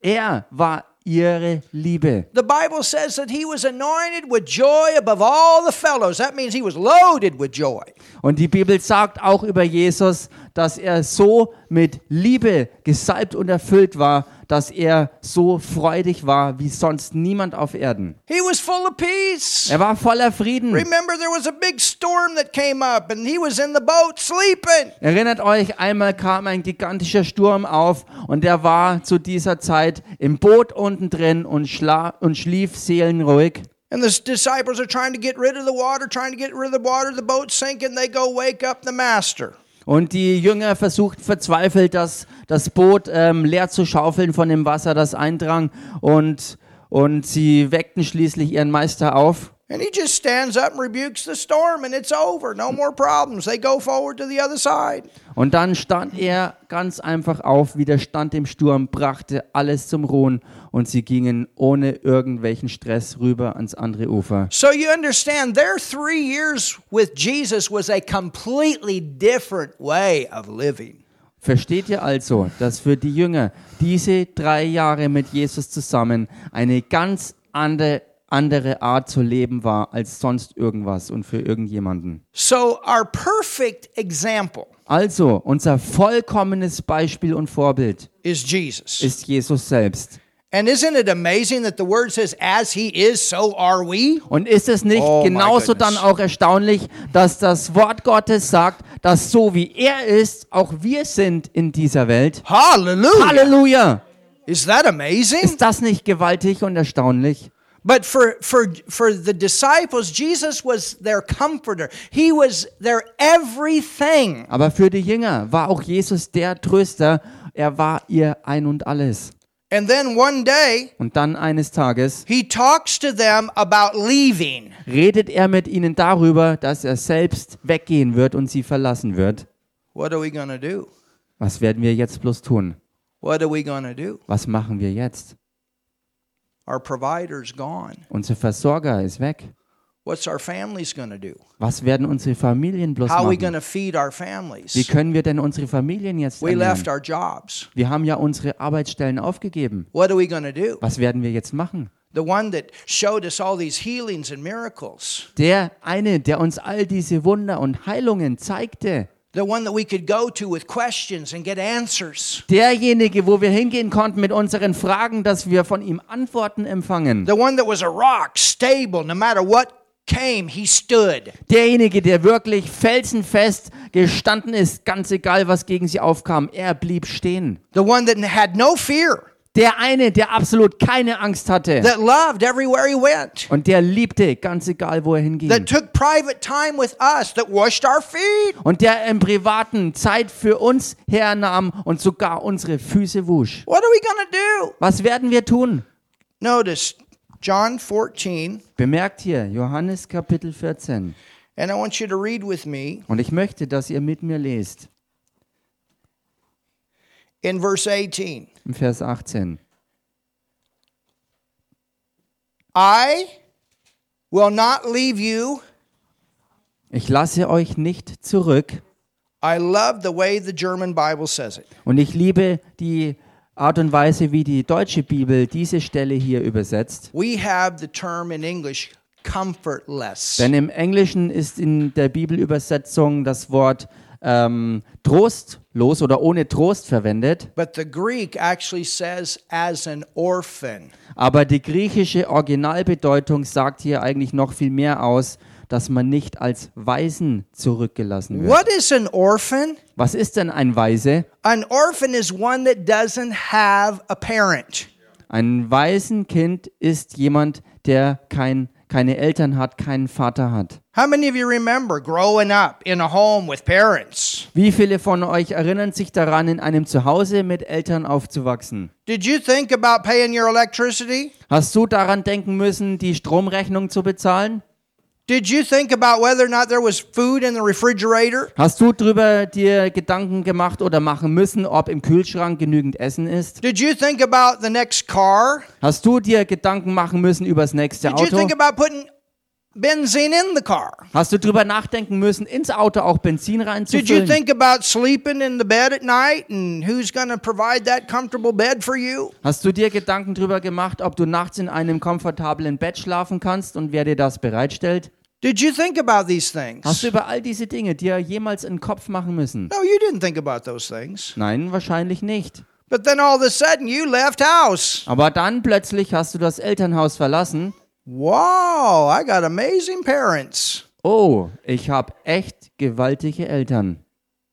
Speaker 2: Er war ihre Liebe.
Speaker 1: The Bible says that he was anointed with joy above all the fellows. That means he was loaded with joy.
Speaker 2: Und die Bibel sagt auch über Jesus, dass er so mit Liebe gesalbt und erfüllt war, dass er so freudig war wie sonst niemand auf Erden.
Speaker 1: He was full of peace.
Speaker 2: Er war voller Frieden.
Speaker 1: Remember, there was a big storm that came up, and he was in the boat sleeping.
Speaker 2: Erinnert euch, einmal kam ein gigantischer Sturm auf und er war zu dieser Zeit im Boot unten drin und, schla und schlief seelenruhig.
Speaker 1: And the s- disciples are trying to get rid of the water, trying to get rid of the water. The boat's sinking. They go wake up the master.
Speaker 2: Und die Jünger versuchten verzweifelt, das, das Boot ähm, leer zu schaufeln von dem Wasser, das eindrang. Und, und sie weckten schließlich ihren Meister auf.
Speaker 1: And he just stands up and rebukes the storm, and it's over. No more problems. They go forward to the other side.
Speaker 2: Und dann stand er ganz einfach auf, widerstand dem Sturm, brachte alles zum Ruhen und sie gingen ohne irgendwelchen Stress rüber ans andere Ufer.
Speaker 1: So you understand, their three years with Jesus was a completely different way of living.
Speaker 2: Versteht ihr also, dass für die Jünger diese drei Jahre mit Jesus zusammen eine ganz andere, andere Art zu leben war als sonst irgendwas und für irgendjemanden?
Speaker 1: So, our perfect example
Speaker 2: Also, unser vollkommenes Beispiel und Vorbild
Speaker 1: is Jesus.
Speaker 2: ist Jesus selbst.
Speaker 1: And isn't it amazing that the word says, as he is, so are we?
Speaker 2: Und ist es nicht
Speaker 1: Oh my
Speaker 2: genauso
Speaker 1: goodness.
Speaker 2: dann auch erstaunlich, dass das Wort Gottes sagt, dass so wie er ist, auch wir sind in dieser Welt?
Speaker 1: Hallelujah.
Speaker 2: Halleluja!
Speaker 1: Is that amazing?
Speaker 2: Ist das nicht gewaltig und erstaunlich?
Speaker 1: But for, for, for the disciples, Jesus was their comforter, he was their everything.
Speaker 2: Aber für die Jünger war auch Jesus der Tröster. Er war ihr Ein und Alles.
Speaker 1: And then one day,
Speaker 2: Und dann eines Tages
Speaker 1: he talks to them about leaving.
Speaker 2: redet er mit ihnen darüber, dass er selbst weggehen wird und sie verlassen wird.
Speaker 1: What are we going to do?
Speaker 2: Was werden wir jetzt bloß tun?
Speaker 1: What are we going to do?
Speaker 2: Was machen wir jetzt?
Speaker 1: Our provider's gone.
Speaker 2: Unser Versorger ist weg.
Speaker 1: What's our families going to do?
Speaker 2: Was werden unsere Familien bloß
Speaker 1: How are we going
Speaker 2: machen?
Speaker 1: to feed our
Speaker 2: Wie
Speaker 1: families?
Speaker 2: können wir denn unsere Familien jetzt
Speaker 1: We
Speaker 2: ernähren?
Speaker 1: left our jobs.
Speaker 2: Wir haben ja unsere Arbeitsstellen aufgegeben.
Speaker 1: What are we going to do?
Speaker 2: Was werden wir jetzt machen?
Speaker 1: The one that showed us all these healings and miracles.
Speaker 2: Der eine, der uns all diese Wunder und Heilungen zeigte,
Speaker 1: The one that we could go to with questions and get answers.
Speaker 2: Derjenige, wo wir hingehen konnten mit unseren Fragen, dass wir von ihm Antworten empfangen.
Speaker 1: The one that was a rock, stable, no matter what came, he stood.
Speaker 2: Derjenige, der wirklich felsenfest gestanden ist, ganz egal, was gegen sie aufkam, er blieb stehen.
Speaker 1: The one that had no fear,
Speaker 2: Der eine, der absolut keine Angst hatte
Speaker 1: that loved everywhere he went,
Speaker 2: und der liebte, ganz egal, wo er hinging.
Speaker 1: that took private time with us, that washed our feet.
Speaker 2: Und der im Privaten Zeit für uns hernahm und sogar unsere Füße wusch.
Speaker 1: What are we going to do?
Speaker 2: Was werden wir tun?
Speaker 1: Notice John 14,
Speaker 2: Bemerkt hier Johannes Kapitel 14.
Speaker 1: and I want you to read with me
Speaker 2: Und ich möchte, dass ihr mit mir lest.
Speaker 1: in verse 18.
Speaker 2: Im Vers 18.
Speaker 1: I will not leave you
Speaker 2: Ich lasse euch nicht zurück.
Speaker 1: I love the way the German Bible says it.
Speaker 2: Und ich liebe die Art und Weise, wie die deutsche Bibel diese Stelle hier übersetzt.
Speaker 1: We have the term in English comfortless.
Speaker 2: Denn im Englischen ist in der Bibelübersetzung das Wort ähm, trostlos oder ohne Trost verwendet.
Speaker 1: But the Greek actually says as an orphan.
Speaker 2: Aber die griechische Originalbedeutung sagt hier eigentlich noch viel mehr aus, dass man nicht als Waisen zurückgelassen wird.
Speaker 1: What is an orphan?
Speaker 2: Was ist denn ein Waise?
Speaker 1: An orphan is one that doesn't have a parent.
Speaker 2: Ein Waisenkind ist jemand, der kein, keine Eltern hat, keinen Vater hat.
Speaker 1: How many of you remember growing up in a home with parents?
Speaker 2: Wie viele von euch erinnern sich daran, in einem Zuhause mit Eltern aufzuwachsen?
Speaker 1: Did you think about paying your electricity?
Speaker 2: Hast du daran denken müssen, die Stromrechnung zu bezahlen?
Speaker 1: Did you think about whether or not there was food in the refrigerator?
Speaker 2: Hast du darüber dir Gedanken gemacht oder machen müssen, ob im Kühlschrank genügend Essen ist?
Speaker 1: Did you think about the next car?
Speaker 2: Hast du dir Gedanken machen müssen über das nächste
Speaker 1: Did you
Speaker 2: Auto?
Speaker 1: think about putting benzene in the car?
Speaker 2: Hast du drüber nachdenken müssen, ins Auto auch Benzin
Speaker 1: Did you
Speaker 2: reinzufüllen?
Speaker 1: think about sleeping in the bed at night and who's going to provide that comfortable bed for you?
Speaker 2: Hast du dir Gedanken drüber gemacht, ob du nachts in einem komfortablen Bett schlafen kannst und wer dir das bereitstellt?
Speaker 1: Did you think about these things?
Speaker 2: Hast du über all diese Dinge dir jemals in den Kopf machen müssen?
Speaker 1: No, you didn't think about those things.
Speaker 2: Nein, wahrscheinlich nicht.
Speaker 1: But then all of a sudden you left house.
Speaker 2: Aber dann plötzlich hast du das Elternhaus verlassen.
Speaker 1: Wow, I got amazing parents.
Speaker 2: Oh, ich habe echt gewaltige Eltern.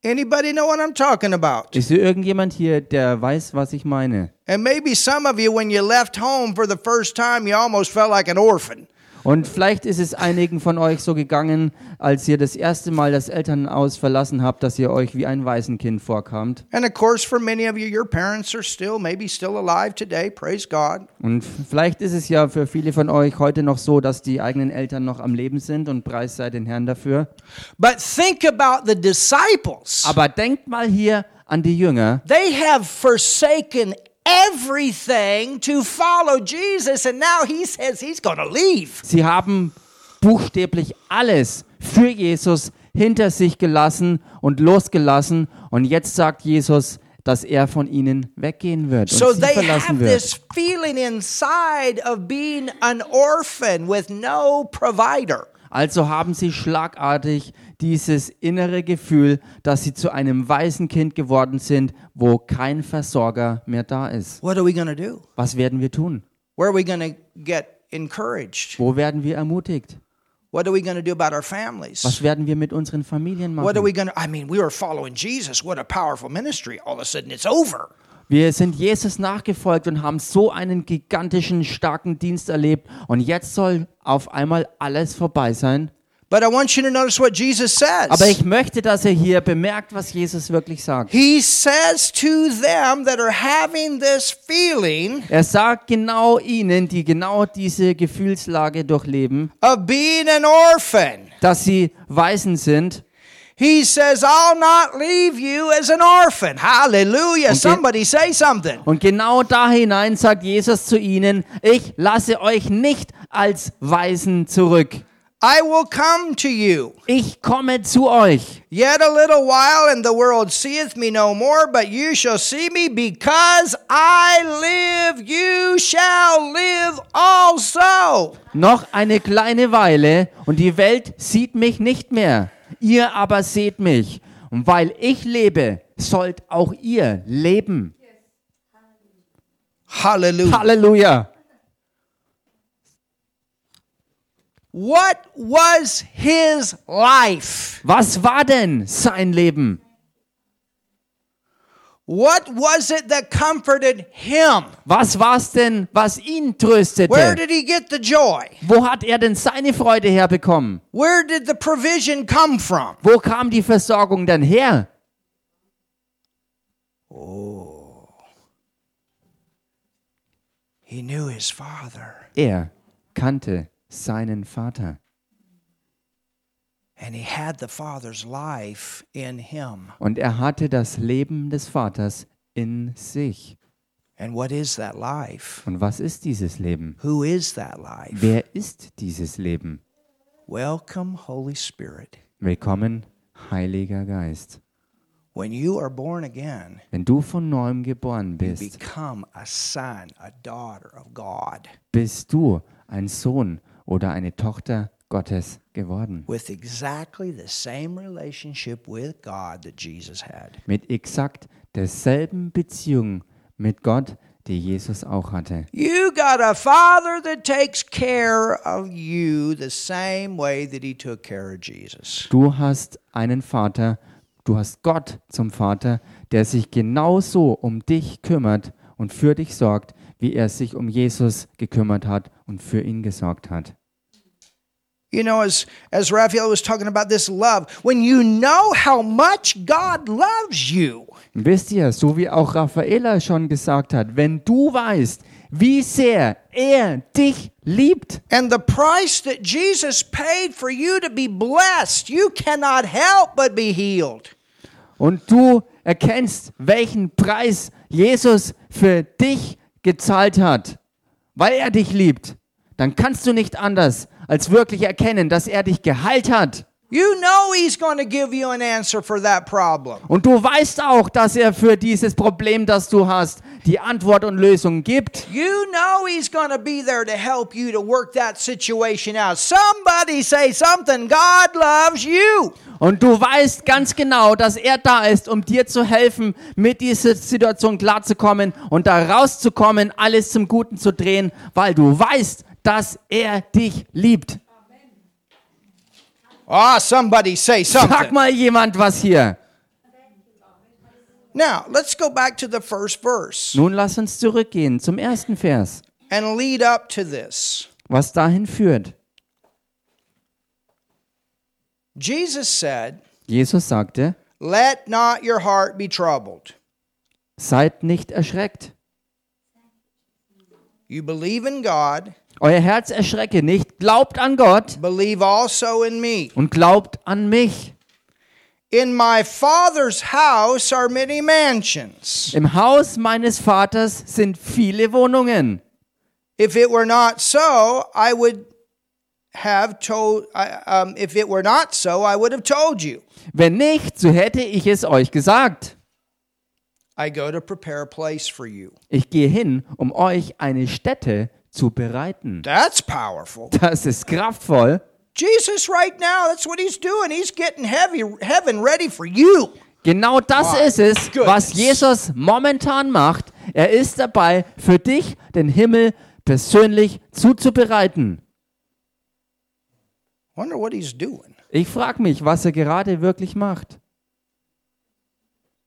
Speaker 1: Anybody know what I'm talking about?
Speaker 2: Ist hier irgendjemand hier, der weiß, was ich meine?
Speaker 1: And maybe some of you, when you left home for the first time, you almost felt like an orphan.
Speaker 2: Und vielleicht ist es einigen von euch so gegangen, als ihr das erste Mal das Elternhaus verlassen habt, dass ihr euch wie ein Waisenkind vorkamt.
Speaker 1: And of course, for many of you, your parents are still, maybe still alive today, praise God.
Speaker 2: Und vielleicht ist es ja für viele von euch heute noch so, dass die eigenen Eltern noch am Leben sind und preis sei den Herrn dafür.
Speaker 1: But think about the disciples.
Speaker 2: Aber denkt mal hier an die Jünger.
Speaker 1: They have forsaken everything to follow Jesus, and now he says he's going to leave.
Speaker 2: Sie haben buchstäblich alles für Jesus hinter sich gelassen und losgelassen. Und jetzt sagt Jesus, dass er von ihnen weggehen wird und
Speaker 1: So
Speaker 2: sie
Speaker 1: they
Speaker 2: verlassen
Speaker 1: have
Speaker 2: wird.
Speaker 1: this feeling inside of being an orphan with no provider.
Speaker 2: Also haben sie schlagartig dieses innere Gefühl, dass sie zu einem Waisenkind geworden sind, wo kein Versorger mehr da ist.
Speaker 1: What are we going to do?
Speaker 2: Was werden wir tun?
Speaker 1: Where are we going to get encouraged?
Speaker 2: Wo werden wir ermutigt?
Speaker 1: What are we going to do about our families?
Speaker 2: Was werden wir mit unseren Familien
Speaker 1: What are
Speaker 2: machen?
Speaker 1: we going to, I mean, we were following Jesus. What a powerful ministry. All of a sudden, it's over.
Speaker 2: Wir sind Jesus nachgefolgt und haben so einen gigantischen, starken Dienst erlebt und jetzt soll auf einmal alles vorbei sein.
Speaker 1: But I want you to notice what Jesus
Speaker 2: Aber
Speaker 1: says.
Speaker 2: ich möchte, dass er hier bemerkt, was Jesus wirklich sagt.
Speaker 1: He says to them that are having this feeling
Speaker 2: Er sagt genau ihnen, die genau diese Gefühlslage durchleben,
Speaker 1: of being an orphan.
Speaker 2: dass sie Waisen sind.
Speaker 1: He says, I'll not leave you as an orphan. Hallelujah. Somebody say something.
Speaker 2: Und genau da hinein sagt Jesus zu ihnen, ich lasse euch nicht als Waisen zurück.
Speaker 1: I will come to you.
Speaker 2: Ich komme zu euch.
Speaker 1: Yet a little while, and the world seeth me no more, but you shall see me because I live, you shall live also.
Speaker 2: Noch eine kleine Weile und die Welt sieht mich nicht mehr. Ihr aber seht mich. Und weil ich lebe, sollt auch ihr leben.
Speaker 1: Hallelujah.
Speaker 2: Halleluja.
Speaker 1: what was his life?
Speaker 2: Was war denn sein Leben?
Speaker 1: What was it that comforted him?
Speaker 2: Was war es denn, was ihn tröstete?
Speaker 1: Where did he get the joy?
Speaker 2: Wo hat er denn seine Freude herbekommen?
Speaker 1: Where did the provision come from?
Speaker 2: Wo kam die Versorgung denn her?
Speaker 1: He knew his father,
Speaker 2: Er kannte seinen Vater
Speaker 1: and he had the father's life in him.
Speaker 2: und er hatte das Leben des Vaters in sich.
Speaker 1: And what is that life?
Speaker 2: Und was ist dieses Leben?
Speaker 1: Who is that life?
Speaker 2: Wer ist dieses Leben?
Speaker 1: Welcome, Holy Spirit.
Speaker 2: Willkommen, Heiliger Geist.
Speaker 1: When you are born again,
Speaker 2: Wenn du von neuem geboren bist,
Speaker 1: become a son, a daughter of God
Speaker 2: bist du ein Sohn oder eine Tochter Gottes geworden.
Speaker 1: with exactly the same relationship with God that Jesus had.
Speaker 2: Mit exakt derselben Beziehung mit Gott, die Jesus auch hatte.
Speaker 1: You got a father that takes care of you the same way that he took care of Jesus.
Speaker 2: Du hast einen Vater, du hast Gott zum Vater, der sich genauso um dich kümmert und für dich sorgt, wie er sich um Jesus gekümmert hat und für ihn gesorgt hat.
Speaker 1: You know, as, as Raphael was talking about this love, when you know how much God loves you,
Speaker 2: Und wisst ihr, so wie auch Raffaela schon gesagt hat, wenn du weißt, wie sehr er dich liebt
Speaker 1: and the price that Jesus paid for you to be blessed, you cannot help but be healed.
Speaker 2: und du erkennst, welchen Preis Jesus für dich gezahlt hat, weil er dich liebt, dann kannst du nicht anders als wirklich erkennen, dass er dich geheilt hat.
Speaker 1: You know He's going to give you an answer for that problem.
Speaker 2: Und du weißt auch, dass er für dieses Problem, das du hast, die Antwort und Lösung gibt.
Speaker 1: You know He's going to be there to help you to work that situation out. Somebody say something. God loves you.
Speaker 2: Und du weißt ganz genau, dass er da ist, um dir zu helfen, mit dieser Situation klarzukommen und da rauszukommen, alles zum Guten zu drehen, weil du weißt, dass er dich liebt.
Speaker 1: Ah, somebody say
Speaker 2: Sag
Speaker 1: something.
Speaker 2: mal jemand was hier.
Speaker 1: Now, let's go back to the first verse
Speaker 2: Nun lass uns zurückgehen zum ersten Vers,
Speaker 1: and lead up to this.
Speaker 2: was dahin führt.
Speaker 1: Jesus said,
Speaker 2: Jesus sagte,
Speaker 1: Let not your heart be troubled.
Speaker 2: seid nicht erschreckt.
Speaker 1: You believe in God,
Speaker 2: Euer Herz erschrecke nicht, glaubt an Gott
Speaker 1: believe also in me.
Speaker 2: und glaubt an mich.
Speaker 1: In my Father's house are many mansions.
Speaker 2: Im Haus meines Vaters sind viele Wohnungen.
Speaker 1: If it were not so, I would have told. I- Um, if it were not so, I would have told you.
Speaker 2: Wenn nicht, so hätte ich es euch gesagt.
Speaker 1: I go to prepare a place for you.
Speaker 2: Ich gehe hin, um euch eine Stätte zu bereiten.
Speaker 1: That's powerful.
Speaker 2: Das ist kraftvoll.
Speaker 1: Jesus, right now, that's what he's doing. He's getting heavy, heaven ready for you.
Speaker 2: Genau das
Speaker 1: My
Speaker 2: ist es, was
Speaker 1: goodness.
Speaker 2: Jesus momentan macht. Er ist dabei, für dich den Himmel persönlich zuzubereiten.
Speaker 1: Wonder what he's doing.
Speaker 2: Ich frage mich, was er gerade wirklich macht.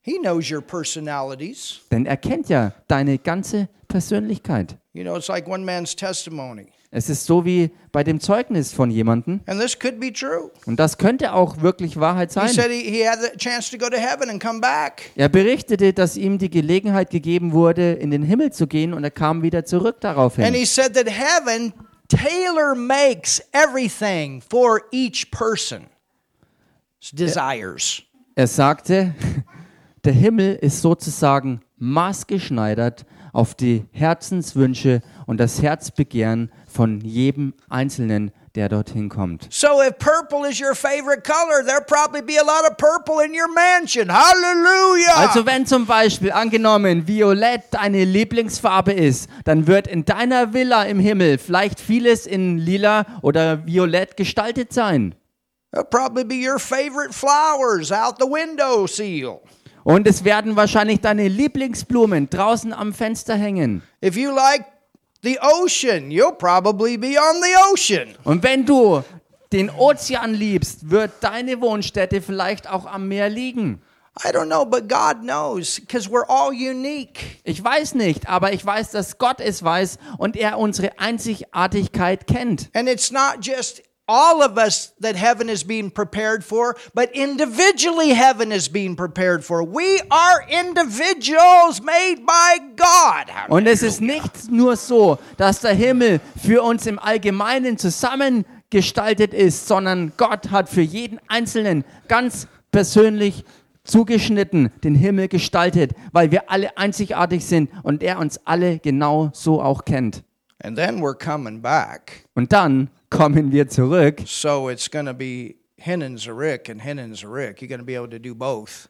Speaker 1: He knows your personalities.
Speaker 2: Denn er kennt ja deine ganze Persönlichkeit.
Speaker 1: You know, it's like one man's testimony.
Speaker 2: Es ist so wie bei dem Zeugnis von jemandem.
Speaker 1: And this could be true.
Speaker 2: Und das könnte auch wirklich Wahrheit
Speaker 1: He
Speaker 2: sein.
Speaker 1: said he, he had the chance to go to heaven and come back.
Speaker 2: Er berichtete, dass ihm die Gelegenheit gegeben wurde, in den Himmel zu gehen und er kam wieder zurück
Speaker 1: And
Speaker 2: daraufhin.
Speaker 1: he said that heaven tailor makes everything for each person's desires.
Speaker 2: Er sagte, der Himmel ist sozusagen maßgeschneidert auf die Herzenswünsche und das Herzbegehren von jedem Einzelnen, der dorthin kommt.
Speaker 1: So if purple is your favorite color, there'll probably be a lot of purple in your mansion. Hallelujah.
Speaker 2: Also wenn zum Beispiel angenommen Violett deine Lieblingsfarbe ist, dann wird in deiner Villa im Himmel vielleicht vieles in lila oder violett gestaltet sein.
Speaker 1: There'll probably be your favorite flowers out the window seal.
Speaker 2: Und es werden wahrscheinlich deine Lieblingsblumen draußen am Fenster hängen.
Speaker 1: If you like the ocean, you'll probably be on the ocean.
Speaker 2: Und wenn du den Ozean liebst, wird deine Wohnstätte vielleicht auch am Meer liegen.
Speaker 1: I don't know, but God knows because we're all unique.
Speaker 2: Ich weiß nicht, aber ich weiß, dass Gott es weiß und er unsere Einzigartigkeit kennt.
Speaker 1: And it's not just all of us that heaven is being prepared for, but individually heaven is being prepared for. We are individuals made by God.
Speaker 2: Und es ist nicht nur so, dass der Himmel für uns im Allgemeinen zusammengestaltet ist, sondern Gott hat für jeden Einzelnen ganz persönlich zugeschnitten den Himmel gestaltet, weil wir alle einzigartig sind und er uns alle genau so auch kennt.
Speaker 1: And then we're coming back.
Speaker 2: Und dann kommen wir zurück
Speaker 1: So it's going to be Henan Zarek and Henan Zarek. You're going to be able to do both.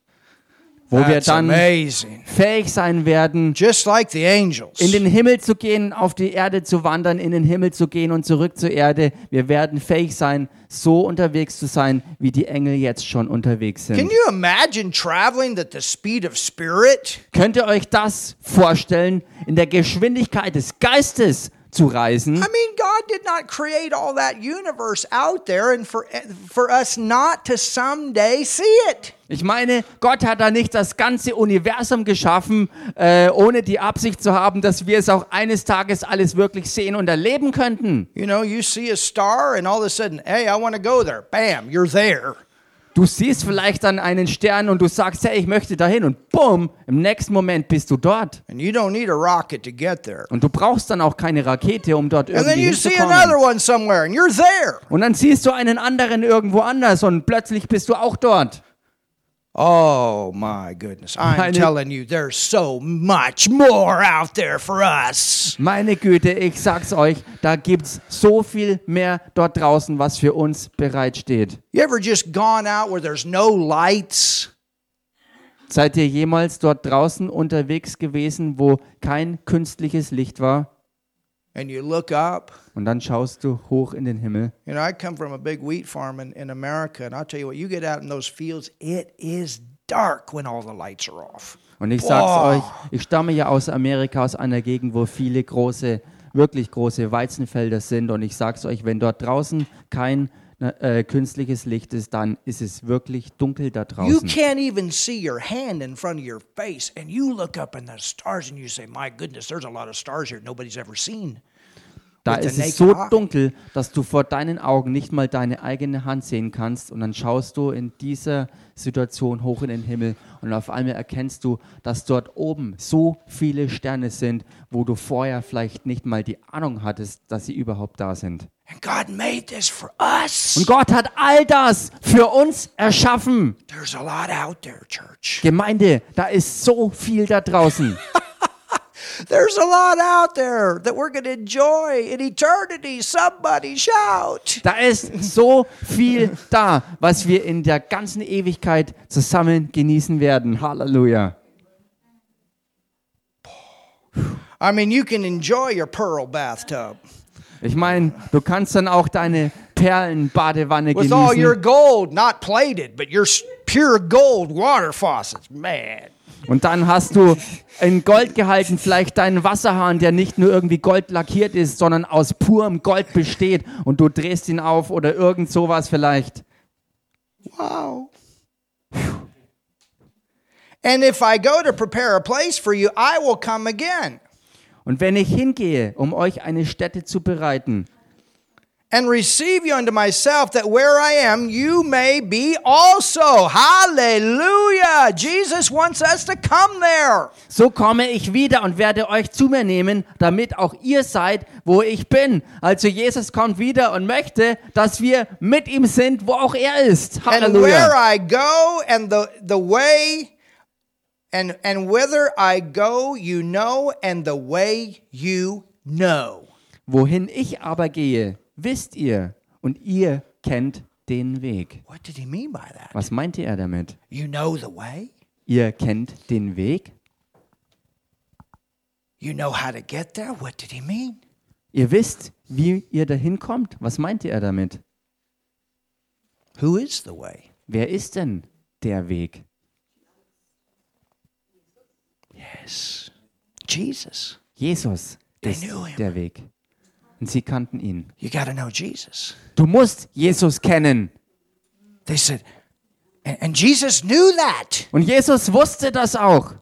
Speaker 2: wo wir
Speaker 1: That's
Speaker 2: dann
Speaker 1: amazing.
Speaker 2: fähig sein werden,
Speaker 1: Just like the angels.
Speaker 2: in den Himmel zu gehen, auf die Erde zu wandern, in den Himmel zu gehen und zurück zur Erde. Wir werden fähig sein, so unterwegs zu sein, wie die Engel jetzt schon unterwegs
Speaker 1: Can
Speaker 2: sind.
Speaker 1: you imagine traveling at the speed of spirit?
Speaker 2: Könnt ihr euch das vorstellen, in der Geschwindigkeit des Geistes zu reisen?
Speaker 1: I mean, God did not create all that universe out there and for, for us not to someday see it.
Speaker 2: Ich meine, Gott hat da nicht das ganze Universum geschaffen, äh, ohne die Absicht zu haben, dass wir es auch eines Tages alles wirklich sehen und erleben könnten.
Speaker 1: You know, you see a star and all of a sudden, hey, I want to go there. Bam, you're there.
Speaker 2: Du siehst vielleicht dann einen Stern und du sagst, hey, ich möchte dahin und bumm, im nächsten Moment bist du dort.
Speaker 1: And you don't need a rocket to get there.
Speaker 2: Und du brauchst dann auch keine Rakete, um dort
Speaker 1: And then
Speaker 2: irgendwie
Speaker 1: you see another
Speaker 2: hinzukommen.
Speaker 1: one somewhere and you're there.
Speaker 2: Und dann siehst du einen anderen irgendwo anders und plötzlich bist du auch dort.
Speaker 1: Oh my goodness.
Speaker 2: I
Speaker 1: I'm
Speaker 2: knew-
Speaker 1: telling you, there's so much more out there for us.
Speaker 2: Meine Güte, ich sag's euch, da gibt's so viel mehr dort draußen, was für uns bereitsteht.
Speaker 1: You ever just gone out where there's no lights?
Speaker 2: Seid ihr jemals dort draußen unterwegs gewesen, wo kein künstliches Licht war?
Speaker 1: And you look up.
Speaker 2: Und dann schaust du hoch in den Himmel.
Speaker 1: You know, I come from a big wheat farm in, in America, and I'll tell you what, you get out in those fields, it is dark when all the lights are off.
Speaker 2: Und ich sag's
Speaker 1: Boah.
Speaker 2: euch, ich stamme ja aus Amerika, aus einer Gegend, wo viele große, wirklich große Weizenfelder sind. Und ich sag's euch, wenn dort draußen kein äh, künstliches Licht ist, dann ist es wirklich dunkel da
Speaker 1: You
Speaker 2: draußen.
Speaker 1: can't even see your hand in front of your face, and you look up in the stars and you say, My goodness, there's a lot of stars here nobody's ever seen.
Speaker 2: Da
Speaker 1: with the
Speaker 2: ist es
Speaker 1: naked
Speaker 2: so
Speaker 1: eye.
Speaker 2: dunkel, dass du vor deinen Augen nicht mal deine eigene Hand sehen kannst. Und dann schaust du in dieser Situation hoch in den Himmel und auf einmal erkennst du, dass dort oben so viele Sterne sind, wo du vorher vielleicht nicht mal die Ahnung hattest, dass sie überhaupt da sind.
Speaker 1: And God made this for us.
Speaker 2: Und Gott hat all das für uns erschaffen.
Speaker 1: There's a lot out there, church.
Speaker 2: Gemeinde, da ist so viel da draußen.
Speaker 1: There's a lot out there that we're going to enjoy in eternity. Somebody shout.
Speaker 2: Da ist so viel da, was wir in der ganzen Ewigkeit zusammen genießen werden. Halleluja.
Speaker 1: I mean, you can enjoy your pearl bathtub
Speaker 2: Ich meine, du kannst dann auch deine Perlenbadewanne
Speaker 1: with all your
Speaker 2: genießen
Speaker 1: gold, not plated, but your s- pure gold water faucets. Man.
Speaker 2: und dann hast du in Gold gehalten vielleicht deinen Wasserhahn, der nicht nur irgendwie gold lackiert ist, sondern aus purem Gold besteht und du drehst ihn auf oder irgend sowas vielleicht.
Speaker 1: Wow. Phew. And if I go to prepare a place for you, I will come again
Speaker 2: Und wenn ich hingehe, um euch eine Stätte zu bereiten
Speaker 1: and receive you unto myself, that where I am, you may be also. Hallelujah. Jesus wants us to come there.
Speaker 2: So komme ich wieder und werde euch zu mir nehmen, damit auch ihr seid, wo ich bin. Also Jesus kommt wieder und möchte, dass wir mit ihm sind, wo auch er ist.
Speaker 1: and where
Speaker 2: Halleluja.
Speaker 1: I go and the the way and and whither I go you know and the way you know.
Speaker 2: Wohin ich aber gehe, wisst ihr und ihr kennt den Weg.
Speaker 1: What did he mean by that?
Speaker 2: Was meinte er damit?
Speaker 1: You know the way?
Speaker 2: Ihr kennt den Weg?
Speaker 1: You know how to get there? What did he mean?
Speaker 2: Ihr wisst, wie ihr dahin kommt? Was meinte er damit?
Speaker 1: Who is the way?
Speaker 2: Wer ist denn der Weg?
Speaker 1: Yes. Jesus.
Speaker 2: Jesus ist
Speaker 1: knew him.
Speaker 2: der Weg. Und sie kannten ihn.
Speaker 1: You got to know Jesus.
Speaker 2: Du musst Jesus kennen.
Speaker 1: They said and, and Jesus knew that
Speaker 2: Und Jesus wusste das auch,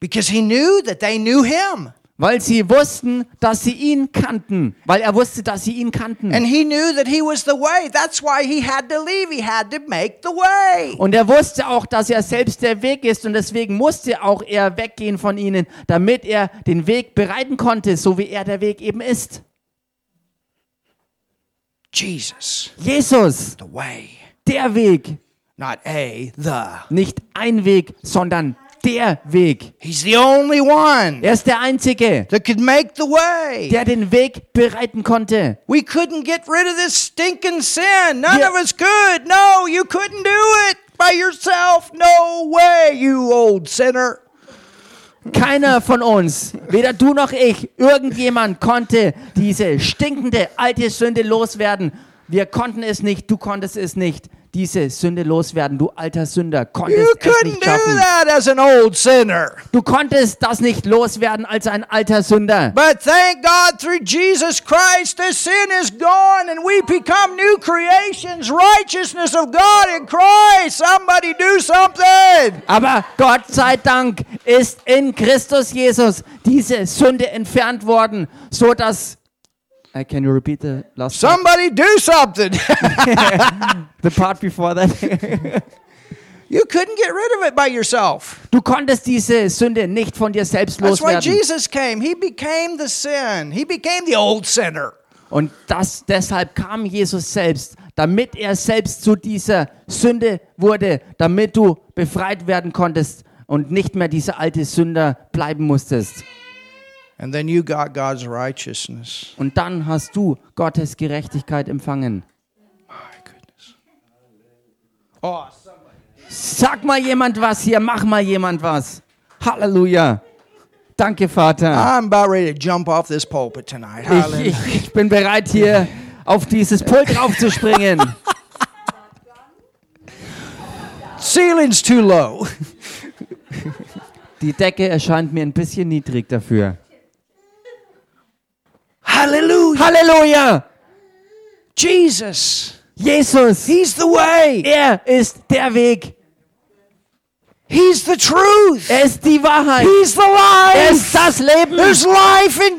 Speaker 1: because he knew that they knew him.
Speaker 2: weil sie wussten, dass sie ihn kannten, weil er wusste, dass sie ihn kannten.
Speaker 1: And he knew that he was the way. That's why he had to leave. He had to make the way.
Speaker 2: Und er wusste auch, dass er selbst der Weg ist und deswegen musste auch er weggehen von ihnen, damit er den Weg bereiten konnte, so wie er der Weg eben ist.
Speaker 1: Jesus.
Speaker 2: Jesus,
Speaker 1: the way,
Speaker 2: der Weg,
Speaker 1: not a the.
Speaker 2: nicht ein Weg, sondern der Weg.
Speaker 1: He's the only one
Speaker 2: Er ist der Einzige,
Speaker 1: that could make the way.
Speaker 2: der den Weg bereiten konnte.
Speaker 1: We couldn't get rid of this stinking sin. None
Speaker 2: Yeah.
Speaker 1: of us could. No, you couldn't do it by yourself. No way, you old sinner.
Speaker 2: Keiner von uns, weder du noch ich, irgendjemand konnte diese stinkende alte Sünde loswerden. Wir konnten es nicht, du konntest es nicht. Diese Sünde loswerden, du alter Sünder,
Speaker 1: You
Speaker 2: konntest es
Speaker 1: couldn't
Speaker 2: nicht
Speaker 1: do
Speaker 2: schaffen.
Speaker 1: that as an old sinner.
Speaker 2: Du konntest das nicht loswerden als ein alter Sünder.
Speaker 1: But thank God through Jesus Christ, this sin is gone and we become new creations, righteousness of God in Christ. Somebody do something.
Speaker 2: Aber Gott sei Dank ist in Christus Jesus diese Sünde entfernt worden, so dass I can you repeat the last part?
Speaker 1: Somebody do something.
Speaker 2: the part before that.
Speaker 1: you couldn't get rid of it by yourself.
Speaker 2: Du konntest diese Sünde nicht von dir selbst
Speaker 1: That's why
Speaker 2: loswerden.
Speaker 1: Jesus came. He became the sin, He became the old sinner.
Speaker 2: Und das, deshalb kam Jesus selbst, damit er selbst zu dieser Sünde wurde, damit du befreit werden konntest und nicht mehr dieser alte Sünder bleiben musstest.
Speaker 1: And then you got God's righteousness.
Speaker 2: Und dann hast du Gottes Gerechtigkeit empfangen.
Speaker 1: My goodness. Oh,
Speaker 2: Sag mal jemand was hier, mach mal jemand was. Halleluja. Danke, Vater.
Speaker 1: I'm about ready to jump off this pulpit tonight.
Speaker 2: Ich,
Speaker 1: Hallelujah.
Speaker 2: ich, ich bin bereit, hier auf dieses Pult raufzuspringen.
Speaker 1: Ceiling's too low.
Speaker 2: Die Decke erscheint mir ein bisschen niedrig dafür.
Speaker 1: Hallelujah.
Speaker 2: Halleluja!
Speaker 1: Jesus.
Speaker 2: Jesus!
Speaker 1: He's the way.
Speaker 2: Er ist der Weg.
Speaker 1: He's the truth.
Speaker 2: Er ist die Wahrheit.
Speaker 1: He's the
Speaker 2: Er
Speaker 1: life.
Speaker 2: ist das Leben.
Speaker 1: There's life in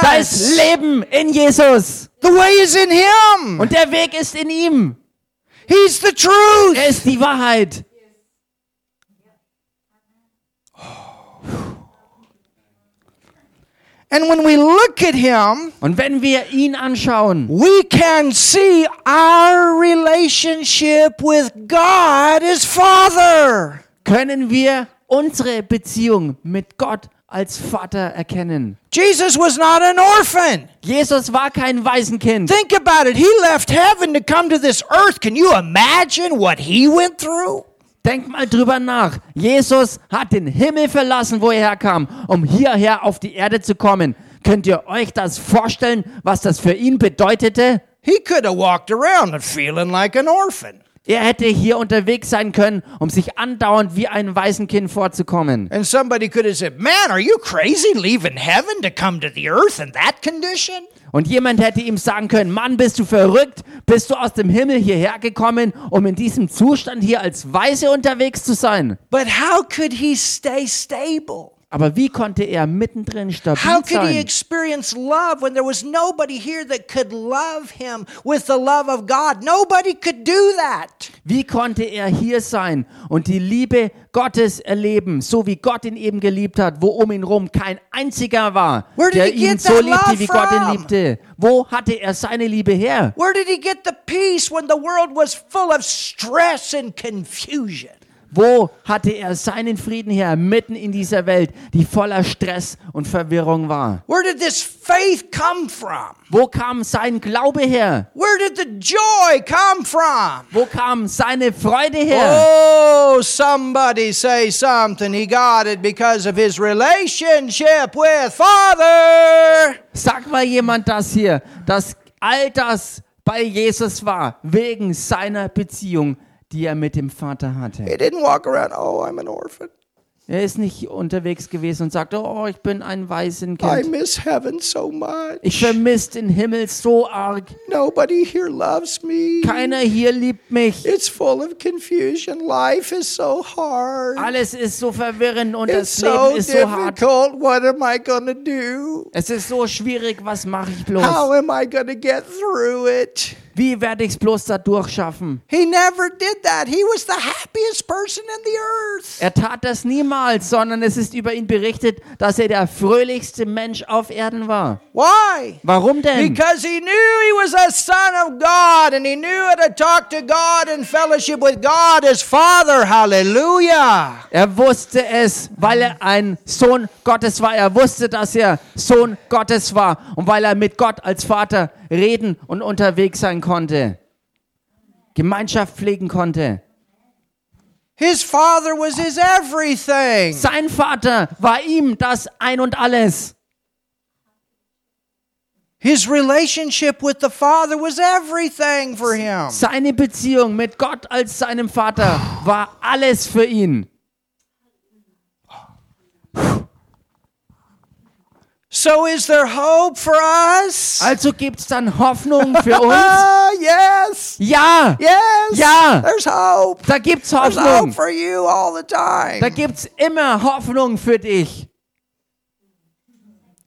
Speaker 2: Da ist
Speaker 1: Jesus.
Speaker 2: Leben in Jesus.
Speaker 1: The way is in Him.
Speaker 2: Und der Weg ist in ihm.
Speaker 1: He's the truth.
Speaker 2: Er ist die Wahrheit.
Speaker 1: And when we look at Him,
Speaker 2: Und wenn wir ihn anschauen,
Speaker 1: we can see our relationship with God as Father.
Speaker 2: können wir unsere Beziehung mit Gott als Vater erkennen.
Speaker 1: Jesus was not an orphan.
Speaker 2: Jesus war kein Waisenkind.
Speaker 1: Think about it. He left heaven to come to this earth. Can you imagine what he went through?
Speaker 2: Denk mal drüber nach. Jesus hat den Himmel verlassen, wo er herkam, um hierher auf die Erde zu kommen. Könnt ihr euch das vorstellen, was das für ihn bedeutete?
Speaker 1: He could have walked around feeling like an orphan.
Speaker 2: Er hätte hier unterwegs sein können, um sich andauernd wie ein Waisenkind vorzukommen.
Speaker 1: And somebody could have said, Man, are you crazy leaving heaven to come to the earth in that condition?
Speaker 2: Und jemand hätte ihm sagen können, Mann, bist du verrückt? Bist du aus dem Himmel hierher gekommen, um in diesem Zustand hier als Weise unterwegs zu sein?
Speaker 1: But how could he stay stable?
Speaker 2: Aber wie konnte er mittendrin
Speaker 1: How
Speaker 2: stabil
Speaker 1: could he
Speaker 2: sein?
Speaker 1: experience love when there was nobody here that could love him with the love of God? Nobody could do that.
Speaker 2: Wie konnte er hier sein und die Liebe Gottes erleben, so wie Gott ihn eben geliebt hat, wo um ihn rum kein einziger war,
Speaker 1: Where did
Speaker 2: der
Speaker 1: he
Speaker 2: ihn
Speaker 1: get
Speaker 2: so
Speaker 1: that
Speaker 2: liebte,
Speaker 1: love
Speaker 2: wie Gott ihn
Speaker 1: from?
Speaker 2: liebte? Wo hatte er seine Liebe her?
Speaker 1: Where did he get the peace when the world was full of stress and confusion?
Speaker 2: Wo hatte er seinen Frieden her, mitten in dieser Welt, die voller Stress und Verwirrung war?
Speaker 1: Where did this faith come from?
Speaker 2: Wo kam sein Glaube her?
Speaker 1: Where did the joy come from?
Speaker 2: Wo kam seine Freude her?
Speaker 1: Oh, somebody say something. He got it because of his relationship with Father.
Speaker 2: Sag mal jemand das hier, dass all das bei Jesus war, wegen seiner Beziehung, die er mit dem Vater hatte.
Speaker 1: He didn't walk around, oh, I'm an orphan.
Speaker 2: Er ist nicht unterwegs gewesen und sagte, oh, ich bin ein
Speaker 1: I
Speaker 2: Waisenkind.
Speaker 1: miss heaven so much.
Speaker 2: Ich vermisse den Himmel so arg.
Speaker 1: Nobody here loves me.
Speaker 2: Keiner hier liebt mich.
Speaker 1: It's full of confusion. Life is so hard.
Speaker 2: Alles ist so verwirrend und
Speaker 1: It's
Speaker 2: das Leben
Speaker 1: so
Speaker 2: ist so hart.
Speaker 1: difficult. What am I going to do?
Speaker 2: Es ist so schwierig, was mache ich bloß?
Speaker 1: How am I going to get through it?
Speaker 2: Wie werde ich es bloß dadurch schaffen?
Speaker 1: He never did that. He was the happiest person in the earth.
Speaker 2: Er tat das niemals, sondern es ist über ihn berichtet, dass er der fröhlichste Mensch auf Erden war.
Speaker 1: Why?
Speaker 2: Warum denn?
Speaker 1: Because he knew he was a son of God and he knew how to talk to God and fellowship with God as Father. Hallelujah.
Speaker 2: Er wusste es, weil er ein Sohn Gottes war. Er wusste, dass er Sohn Gottes war und weil er mit Gott als Vater reden und unterwegs sein konnte. Gemeinschaft pflegen konnte.
Speaker 1: His father was his everything.
Speaker 2: Sein Vater war ihm das Ein und Alles.
Speaker 1: His relationship with the Father was everything for him.
Speaker 2: Seine Beziehung mit Gott als seinem Vater war alles für ihn.
Speaker 1: So is there hope for us?
Speaker 2: Also gibt es dann Hoffnung für uns?
Speaker 1: Ah, yes.
Speaker 2: Ja,
Speaker 1: Yes.
Speaker 2: Ja.
Speaker 1: There's hope.
Speaker 2: da gibt es
Speaker 1: There's hope
Speaker 2: Hoffnung.
Speaker 1: for you all the
Speaker 2: Da
Speaker 1: time.
Speaker 2: gibt es immer Hoffnung für dich.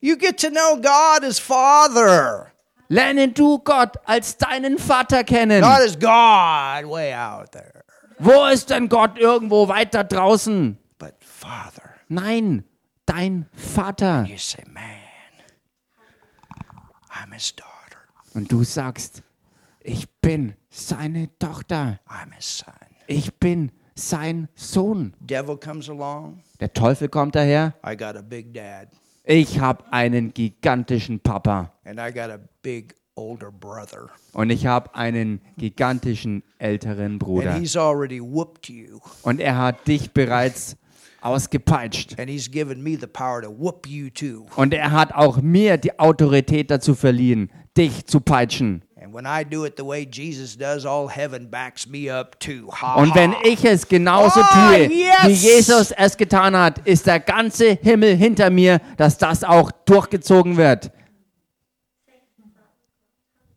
Speaker 1: You get to know God as Father,
Speaker 2: Lerne du Gott als deinen Vater kennen.
Speaker 1: not as God way out there,
Speaker 2: Wo ist denn Gott irgendwo weiter draußen?
Speaker 1: but Father.
Speaker 2: Nein, dein Vater.
Speaker 1: You say, man, I'm his daughter.
Speaker 2: Und du sagst, ich bin seine Tochter.
Speaker 1: I'm his son.
Speaker 2: Ich bin sein Sohn.
Speaker 1: Devil comes along.
Speaker 2: Der Teufel kommt daher.
Speaker 1: I got a big dad,
Speaker 2: Ich habe einen gigantischen Papa.
Speaker 1: and I got a big older brother.
Speaker 2: Und ich habe einen gigantischen älteren
Speaker 1: And
Speaker 2: Bruder.
Speaker 1: he's already whooped you.
Speaker 2: Und er hat dich bereits ausgepeitscht.
Speaker 1: And he's given me the power to whoop you too.
Speaker 2: Und er hat auch mir die Autorität dazu verliehen, dich zu peitschen.
Speaker 1: And when I do it the way Jesus does, all heaven backs me up too. Ha,
Speaker 2: Und wenn
Speaker 1: ha.
Speaker 2: ich es genauso
Speaker 1: Ah. Oh,
Speaker 2: tue,
Speaker 1: yes!
Speaker 2: wie Jesus es getan hat, ist der ganze Himmel hinter mir, dass das auch durchgezogen wird.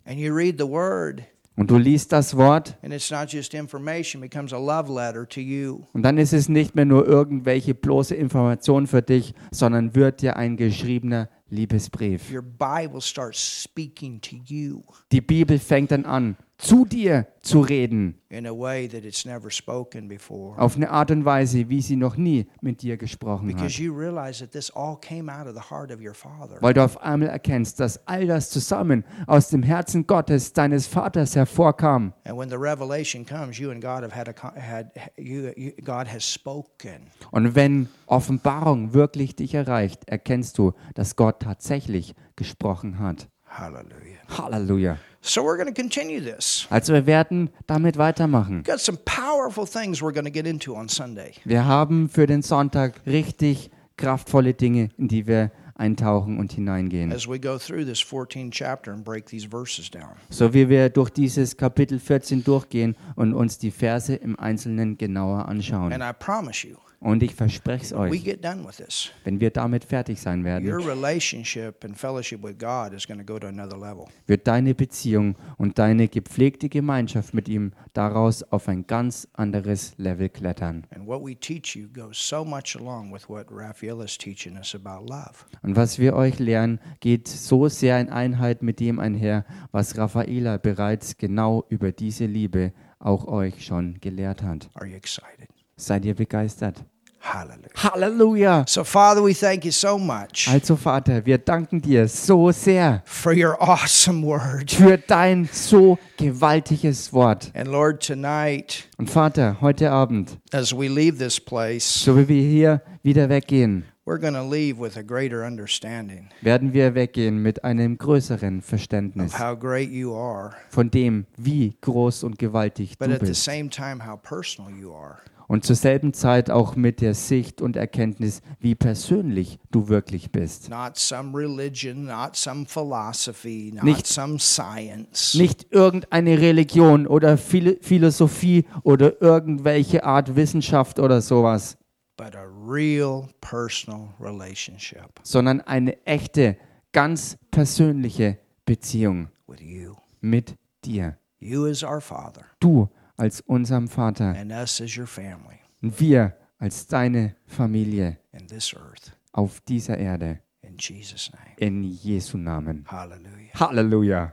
Speaker 1: and you read the word,
Speaker 2: Und du liest das Wort
Speaker 1: and it's not just information, it becomes a love letter to you.
Speaker 2: und dann ist es nicht mehr nur irgendwelche bloße Information für dich, sondern wird dir ein geschriebener Liebesbrief.
Speaker 1: Your Bible starts speaking to you
Speaker 2: Die Bibel fängt dann an, zu dir zu reden,
Speaker 1: in a way that it's never spoken before.
Speaker 2: auf eine Art und Weise, wie sie noch nie mit dir gesprochen hat.
Speaker 1: Because you realize that this all came out of the heart of your Father.
Speaker 2: Weil du auf einmal erkennst, dass all das zusammen aus dem Herzen Gottes, deines Vaters hervorkam.
Speaker 1: And when the revelation comes, you and God have had a con- had you, you God has spoken.
Speaker 2: Und wenn Offenbarung wirklich dich erreicht, erkennst du, dass Gott tatsächlich gesprochen hat.
Speaker 1: Hallelujah.
Speaker 2: Halleluja.
Speaker 1: So we're going to continue this.
Speaker 2: Also wir werden damit weitermachen.
Speaker 1: We've got some powerful things we're going to get into on Sunday.
Speaker 2: Wir haben für den Sonntag richtig kraftvolle Dinge, in die wir eintauchen und hineingehen.
Speaker 1: as we go through this 14 chapter and break these verses down.
Speaker 2: So wie wir durch dieses Kapitel 14 durchgehen und uns die Verse im Einzelnen genauer anschauen.
Speaker 1: And I promise you,
Speaker 2: Und ich verspreche es
Speaker 1: we
Speaker 2: euch,
Speaker 1: get done with this.
Speaker 2: wenn wir damit fertig sein
Speaker 1: Your
Speaker 2: werden,
Speaker 1: relationship and fellowship with God is going to go to another level.
Speaker 2: wird deine Beziehung und deine gepflegte Gemeinschaft mit ihm daraus auf ein ganz anderes Level klettern.
Speaker 1: And what we teach you goes so much along with what Raphael is teaching us about love.
Speaker 2: Und was wir euch lernen, geht so sehr in Einheit mit dem einher, was Raffaela bereits genau über diese Liebe auch euch schon gelehrt hat.
Speaker 1: Are you excited?
Speaker 2: Seid ihr begeistert?
Speaker 1: Hallelujah.
Speaker 2: Halleluja!
Speaker 1: So, Father, we thank you so much
Speaker 2: Also Vater, wir danken dir so sehr
Speaker 1: for your awesome word.
Speaker 2: für dein so gewaltiges Wort.
Speaker 1: And Lord, tonight,
Speaker 2: Und Vater, heute Abend,
Speaker 1: as we leave this place,
Speaker 2: so wie wir hier wieder weggehen,
Speaker 1: we're going to leave with a greater understanding
Speaker 2: werden wir weggehen mit einem größeren
Speaker 1: of
Speaker 2: Verständnis
Speaker 1: how great you are,
Speaker 2: von dem, wie groß und gewaltig
Speaker 1: but
Speaker 2: du
Speaker 1: at the
Speaker 2: bist.
Speaker 1: same time, how personal you are.
Speaker 2: Und zur selben Zeit auch mit der Sicht und Erkenntnis, wie persönlich du wirklich bist.
Speaker 1: not some religion, not some philosophy, not
Speaker 2: Nicht-
Speaker 1: some science,
Speaker 2: Nicht irgendeine Religion oder Phil Philosophie oder irgendwelche Art Wissenschaft oder sowas,
Speaker 1: but a real personal relationship
Speaker 2: sondern eine echte, ganz persönliche Beziehung
Speaker 1: with you.
Speaker 2: mit dir.
Speaker 1: You as our Father,
Speaker 2: Du als unserem Vater
Speaker 1: and us as your family
Speaker 2: und wir als deine Familie
Speaker 1: in this earth.
Speaker 2: auf dieser Erde.
Speaker 1: In Jesus' name.
Speaker 2: In Jesu Namen.
Speaker 1: Hallelujah.
Speaker 2: Halleluja.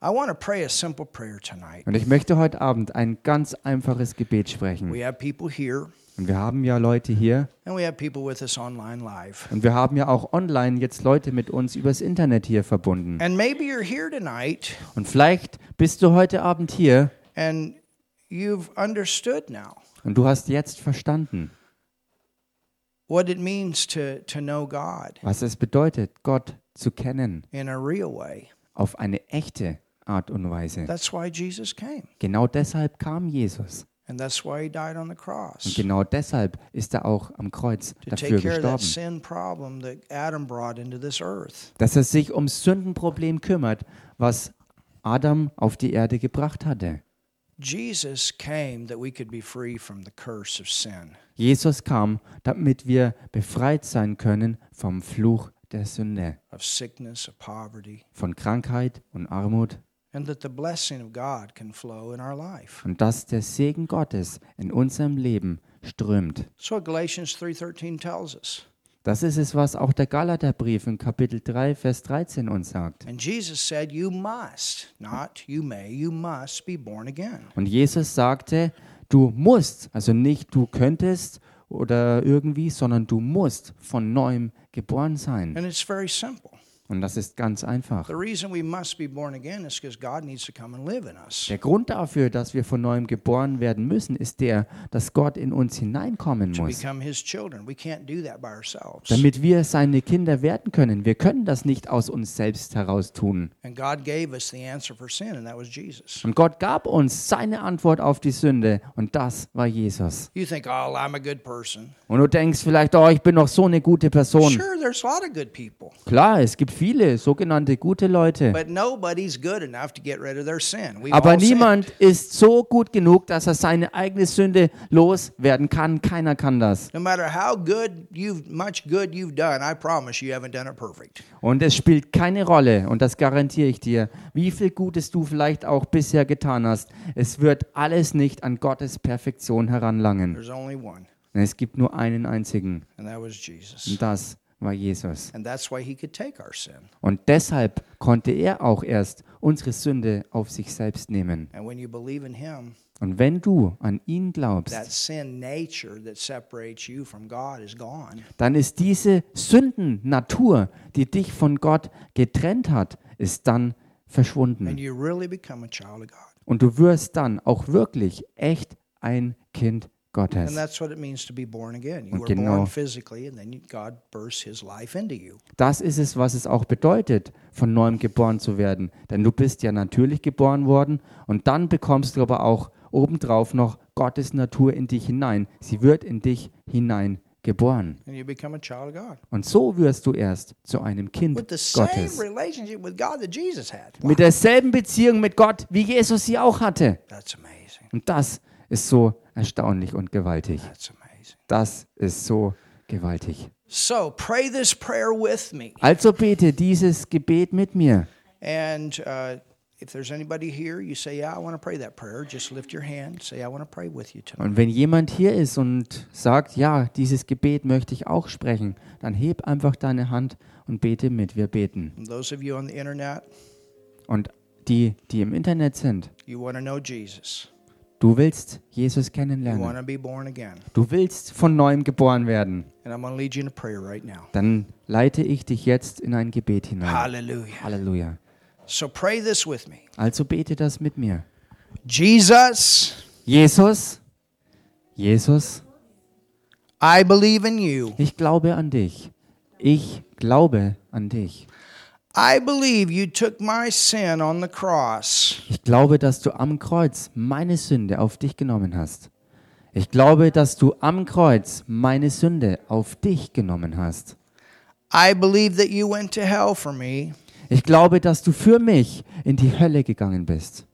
Speaker 1: I want to pray a simple prayer tonight.
Speaker 2: Und ich möchte heute Abend ein ganz einfaches Gebet sprechen.
Speaker 1: We have people here,
Speaker 2: Und wir haben ja Leute hier
Speaker 1: and we have people with us online live.
Speaker 2: und wir haben ja auch online jetzt Leute mit uns übers Internet hier verbunden.
Speaker 1: And maybe you're here tonight
Speaker 2: Und vielleicht bist du heute Abend hier
Speaker 1: and you've understood now
Speaker 2: und du hast jetzt verstanden,
Speaker 1: what it means to, to know God
Speaker 2: was es bedeutet, Gott zu kennen
Speaker 1: in a real way.
Speaker 2: auf eine echte Art und Weise.
Speaker 1: That's why Jesus came,
Speaker 2: Genau deshalb kam Jesus.
Speaker 1: and that's why he died on the cross
Speaker 2: Genau deshalb ist er auch am Kreuz
Speaker 1: to
Speaker 2: dafür
Speaker 1: take care of that
Speaker 2: gestorben,
Speaker 1: sin problem that Adam brought into this earth.
Speaker 2: dass er sich ums Sündenproblem kümmert, was Adam auf die Erde gebracht hatte.
Speaker 1: Jesus came that we could be free from the curse of sin.
Speaker 2: Jesus kam, damit wir befreit sein können vom Fluch der Sünde,
Speaker 1: of sickness, of poverty,
Speaker 2: von Krankheit und Armut
Speaker 1: and that the blessing of God can flow in our life.
Speaker 2: und dass der Segen Gottes in unserem Leben strömt.
Speaker 1: That's what Galatians 3:13 tells us.
Speaker 2: Das ist es, was auch der Galaterbrief in Kapitel 3, Vers 13 uns sagt.
Speaker 1: And Jesus said, "You must, not you may, you must be born again."
Speaker 2: Und Jesus sagte, du musst, also nicht du könntest oder irgendwie, sondern du musst von neuem geboren sein.
Speaker 1: And it's very simple.
Speaker 2: Und das ist ganz einfach.
Speaker 1: The reason we must be born again is because God needs to come and live in us.
Speaker 2: Der Grund dafür, dass wir von neuem geboren werden müssen, ist der, dass Gott in uns hineinkommen
Speaker 1: To
Speaker 2: muss,
Speaker 1: become his children. We can't do that by ourselves.
Speaker 2: damit wir seine Kinder werden können. Wir können das nicht aus uns selbst heraus tun.
Speaker 1: And God gave us the answer for sin, and that was Jesus.
Speaker 2: Und Gott gab uns seine Antwort auf die Sünde und das war Jesus.
Speaker 1: You think, oh, I'm a good person.
Speaker 2: Und du denkst vielleicht, oh, ich bin doch so eine gute Person.
Speaker 1: Sure, there's a lot of good people,
Speaker 2: Klar, es gibt viele sogenannte gute Leute,
Speaker 1: but also- nobody's good enough to get rid of their sin. We've
Speaker 2: aber
Speaker 1: all sinned.
Speaker 2: niemand ist so gut genug, dass er seine eigene Sünde loswerden kann. Keiner kann das.
Speaker 1: No matter how good you've much good you've done, I promise you haven't done it perfect.
Speaker 2: Und es spielt keine Rolle, und das garantiere ich dir, wie viel Gutes du vielleicht auch bisher getan hast. Es wird alles nicht an Gottes Perfektion heranlangen.
Speaker 1: There's only one,
Speaker 2: Es gibt nur einen einzigen,
Speaker 1: and that was Jesus.
Speaker 2: und das war Jesus.
Speaker 1: And that's why he could take our sin.
Speaker 2: Und deshalb konnte er auch erst unsere Sünde auf sich selbst nehmen.
Speaker 1: And when you believe in him,
Speaker 2: Und wenn du an ihn glaubst,
Speaker 1: that sin nature that separates you from God is gone.
Speaker 2: dann ist diese Sündennatur, die dich von Gott getrennt hat, ist dann
Speaker 1: And
Speaker 2: verschwunden.
Speaker 1: you really become a child of God.
Speaker 2: Und du wirst dann auch wirklich echt ein Kind
Speaker 1: And
Speaker 2: Gottes.
Speaker 1: that's what it means to be born again. You
Speaker 2: Und
Speaker 1: were
Speaker 2: genau-
Speaker 1: born physically, and then you- God bursts his life into you.
Speaker 2: Das ist es, was es auch bedeutet, von neuem geboren zu werden. Denn du bist ja natürlich geboren worden und dann bekommst du aber auch obendrauf noch Gottes Natur in dich hinein. Sie wird in dich hinein geboren.
Speaker 1: And you become a child of God.
Speaker 2: Und so wirst du erst zu einem Kind
Speaker 1: With the same
Speaker 2: Gottes.
Speaker 1: relationship with God that Jesus had. Wow,
Speaker 2: mit derselben Beziehung mit Gott, wie Jesus sie auch hatte.
Speaker 1: that's amazing.
Speaker 2: Und das ist so erstaunlich und gewaltig.
Speaker 1: That's amazing.
Speaker 2: Das ist so gewaltig.
Speaker 1: So pray this prayer with me.
Speaker 2: Also bete dieses Gebet mit mir.
Speaker 1: And uh, if there's anybody here, you say, Yeah, I want to pray that prayer, just lift your hand. Say, I want to pray with you tonight.
Speaker 2: Und wenn jemand hier ist und sagt, ja, dieses Gebet möchte ich auch sprechen, dann heb einfach deine Hand und bete mit. Wir beten.
Speaker 1: And those of you on the internet,
Speaker 2: Und die, die im Internet sind,
Speaker 1: you want to know Jesus,
Speaker 2: du willst Jesus
Speaker 1: you want
Speaker 2: kennenlernen.
Speaker 1: to be born again.
Speaker 2: Du willst von neuem geboren werden.
Speaker 1: And I'm going to lead you in a prayer right now.
Speaker 2: Dann leite ich dich jetzt in ein Gebet hinein.
Speaker 1: Hallelujah.
Speaker 2: Halleluja.
Speaker 1: So pray this with me
Speaker 2: Also bete das mit mir.
Speaker 1: Jesus,
Speaker 2: Jesus, Jesus,
Speaker 1: I believe in you.
Speaker 2: ich glaube an dich. Ich glaube an dich.
Speaker 1: I believe you took my sin on the cross.
Speaker 2: Ich glaube, dass du am Kreuz meine Sünde auf dich genommen hast. Ich glaube, dass du am Kreuz meine Sünde auf dich genommen hast.
Speaker 1: I believe that you went to hell for me.
Speaker 2: Ich glaube, dass du für mich in die Hölle gegangen bist.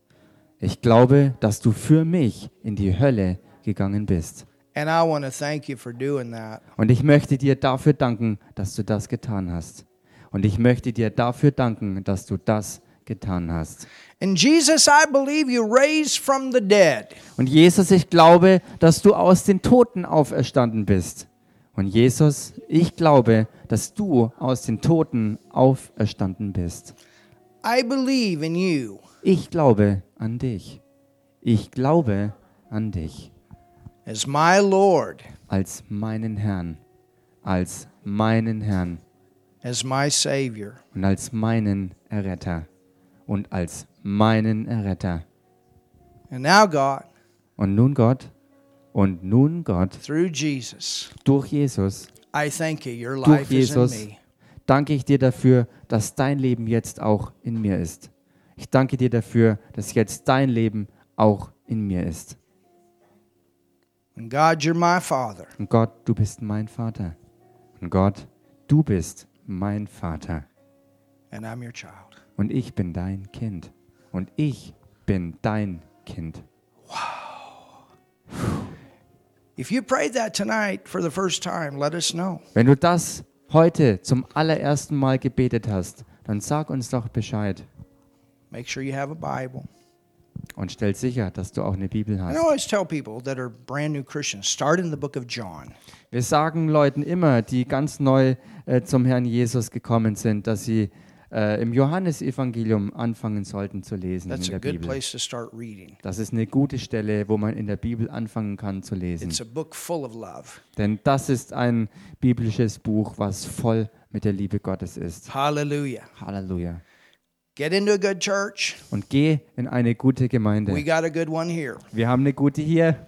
Speaker 2: Ich glaube, dass du für mich in die Hölle gegangen bist.
Speaker 1: And I want to thank you for doing that.
Speaker 2: Und ich möchte dir dafür danken, dass du das getan hast. Und ich möchte dir dafür danken, dass du das getan hast.
Speaker 1: And Jesus, I believe you raised from the dead.
Speaker 2: Und Jesus, ich glaube, dass du aus den Toten auferstanden bist. Und Jesus, ich glaube, dass du aus den Toten auferstanden bist.
Speaker 1: I believe in you.
Speaker 2: Ich glaube an dich. Ich glaube an dich
Speaker 1: as my Lord,
Speaker 2: als meinen Herrn, als meinen Herrn
Speaker 1: as my Savior.
Speaker 2: und als meinen Erretter und als meinen Erretter.
Speaker 1: And now, God,
Speaker 2: Und nun Gott, und nun Gott,
Speaker 1: through Jesus,
Speaker 2: durch Jesus,
Speaker 1: I thank you, your
Speaker 2: durch
Speaker 1: life is in
Speaker 2: Jesus,
Speaker 1: me.
Speaker 2: danke ich dir dafür, dass dein Leben jetzt auch in mir ist. Ich danke dir dafür, dass jetzt dein Leben auch in mir ist.
Speaker 1: And God, you're my Father.
Speaker 2: Und Gott, du bist mein Vater. Und Gott, du bist mein Vater.
Speaker 1: and I'm your child.
Speaker 2: Und ich bin dein Kind. Und ich bin dein Kind.
Speaker 1: If you prayed that tonight for the first time, let us know.
Speaker 2: Wenn du das heute zum allerersten Mal gebetet hast, dann sag uns doch Bescheid
Speaker 1: Make sure you have a Bible.
Speaker 2: und stell sicher, dass du auch eine Bibel
Speaker 1: And
Speaker 2: hast.
Speaker 1: I always tell people that are brand new Christians start in the book of John.
Speaker 2: Wir sagen Leuten immer, die ganz neu äh, zum Herrn Jesus gekommen sind, dass sie äh, im Johannesevangelium anfangen sollten zu lesen in
Speaker 1: That's a
Speaker 2: der
Speaker 1: good
Speaker 2: Bibel.
Speaker 1: place to start reading.
Speaker 2: Das ist eine gute Stelle, wo man in der Bibel anfangen kann zu lesen.
Speaker 1: It's a book full of love.
Speaker 2: Denn das ist ein biblisches Buch, was voll mit der Liebe Gottes ist.
Speaker 1: Hallelujah.
Speaker 2: Halleluja.
Speaker 1: Get into a good church.
Speaker 2: Und geh in eine gute
Speaker 1: We
Speaker 2: Gemeinde.
Speaker 1: got a good one here.
Speaker 2: Wir haben eine gute hier.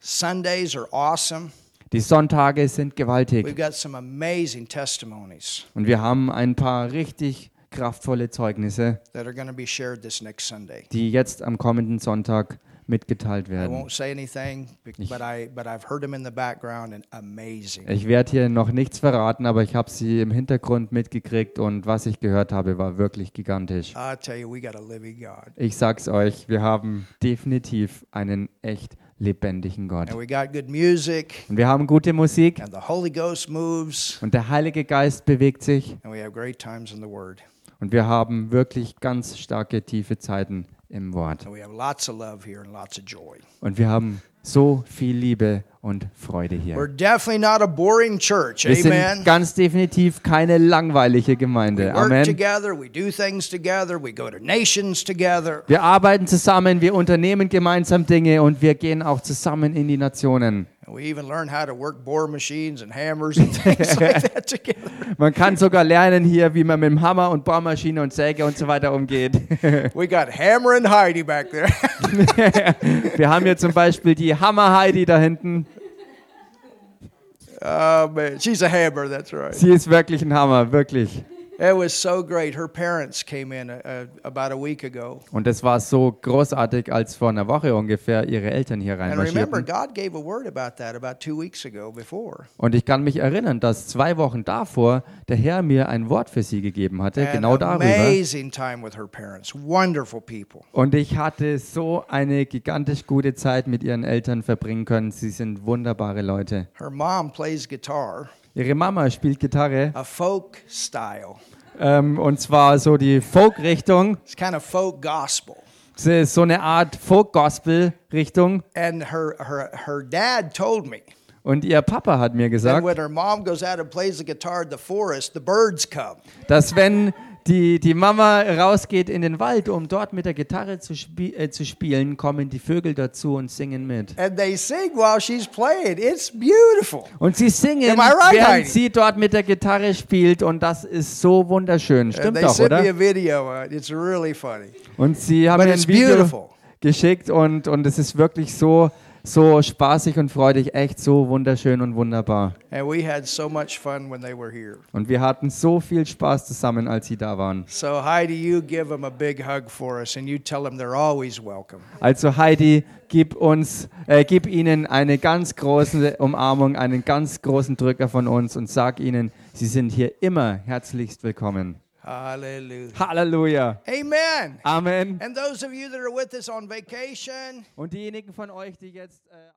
Speaker 1: Sundays are awesome.
Speaker 2: Die Sonntage sind
Speaker 1: We've
Speaker 2: gewaltig.
Speaker 1: got some amazing testimonies
Speaker 2: Und wir haben ein paar richtig kraftvolle Zeugnisse,
Speaker 1: that are going to be shared this next Sunday.
Speaker 2: die jetzt am kommenden Sonntag mitgeteilt
Speaker 1: I
Speaker 2: werden.
Speaker 1: won't say anything, but I but I've heard them in the background and amazing.
Speaker 2: Ich werde hier noch nichts verraten, aber ich habe sie im Hintergrund mitgekriegt und was ich gehört habe, war wirklich gigantisch.
Speaker 1: I tell you, we got a living God.
Speaker 2: Ich sag's euch, wir haben definitiv einen echt lebendigen Gott.
Speaker 1: And we got good music,
Speaker 2: Und wir haben gute Musik
Speaker 1: and the Holy Ghost moves,
Speaker 2: und der Heilige Geist bewegt sich
Speaker 1: and we have great times in the Word,
Speaker 2: und wir haben wirklich ganz starke, tiefe Zeiten im Wort.
Speaker 1: and we have lots of love here and lots of joy.
Speaker 2: Und wir haben so viel Liebe und Freude
Speaker 1: We're
Speaker 2: hier.
Speaker 1: definitely not a boring church.
Speaker 2: Wir
Speaker 1: Amen.
Speaker 2: sind ganz definitiv keine langweilige
Speaker 1: We
Speaker 2: Gemeinde.
Speaker 1: work
Speaker 2: Amen.
Speaker 1: together, we do things together, we go to nations together.
Speaker 2: Wir arbeiten zusammen, wir unternehmen gemeinsam Dinge und wir gehen auch zusammen in die Nationen.
Speaker 1: And we even learn how to work bore machines and hammers and things like that together.
Speaker 2: Man kann sogar lernen hier, wie man mit dem Hammer und Bohrmaschine und Säge und so weiter umgeht.
Speaker 1: We got Hammer and Heidi back there.
Speaker 2: Wir haben hier zum Beispiel die Hammer Heidi da hinten.
Speaker 1: oh man, she's a hammer, that's right.
Speaker 2: Sie ist wirklich ein Hammer, wirklich.
Speaker 1: It was so great. Her parents came in uh, about a week ago.
Speaker 2: Und das war so großartig, als vor einer Woche ungefähr ihre Eltern hier
Speaker 1: And remember,
Speaker 2: reinmarschierten.
Speaker 1: God gave a word about that about two weeks ago before.
Speaker 2: Und ich kann mich erinnern, dass zwei Wochen davor der Herr mir ein Wort für sie gegeben hatte,
Speaker 1: An
Speaker 2: genau darüber.
Speaker 1: amazing time with her parents. Wonderful people.
Speaker 2: Und ich hatte so eine gigantisch gute Zeit mit ihren Eltern verbringen können. Sie sind wunderbare Leute.
Speaker 1: Her mom plays guitar,
Speaker 2: Ihre Mama spielt Gitarre,
Speaker 1: a folk style.
Speaker 2: ähm, und zwar so die Folk-Richtung.
Speaker 1: It's kind of folk gospel.
Speaker 2: Das ist so eine Art Folk-Gospel-Richtung.
Speaker 1: And her, her, her dad told me
Speaker 2: Und ihr Papa hat mir
Speaker 1: that
Speaker 2: gesagt,
Speaker 1: when her mom goes out and plays the guitar in the forest, the birds come.
Speaker 2: dass wenn die, die Mama rausgeht in den Wald, um dort mit der Gitarre zu, spie äh, zu spielen, kommen die Vögel dazu und singen mit.
Speaker 1: And they sing while she's playing. It's beautiful.
Speaker 2: Und sie singen,
Speaker 1: Am I right,
Speaker 2: während
Speaker 1: Heidi?
Speaker 2: sie dort mit der Gitarre spielt. Und das ist so
Speaker 1: And
Speaker 2: wunderschön. Stimmt
Speaker 1: Äh, they
Speaker 2: doch,
Speaker 1: sent me a
Speaker 2: oder?
Speaker 1: video. uh, It's really funny.
Speaker 2: Und sie haben
Speaker 1: But
Speaker 2: mir
Speaker 1: it's
Speaker 2: ein Video
Speaker 1: beautiful.
Speaker 2: geschickt und, und es ist wirklich so, so spaßig und freudig. Echt so wunderschön und wunderbar.
Speaker 1: And we had so much fun when they were here.
Speaker 2: Und wir hatten so viel Spaß zusammen, als sie da waren.
Speaker 1: So, Heidi, you give them a big hug for us and you tell them they're always welcome.
Speaker 2: Also Heidi, gib uns, äh, gib ihnen eine ganz große Umarmung, einen ganz großen Drücker von uns und sag ihnen, sie sind hier immer herzlichst willkommen.
Speaker 1: Hallelujah.
Speaker 2: Halleluja.
Speaker 1: Amen.
Speaker 2: Amen.
Speaker 1: And those of you that are with us on vacation,
Speaker 2: Und diejenigen von euch, die jetzt äh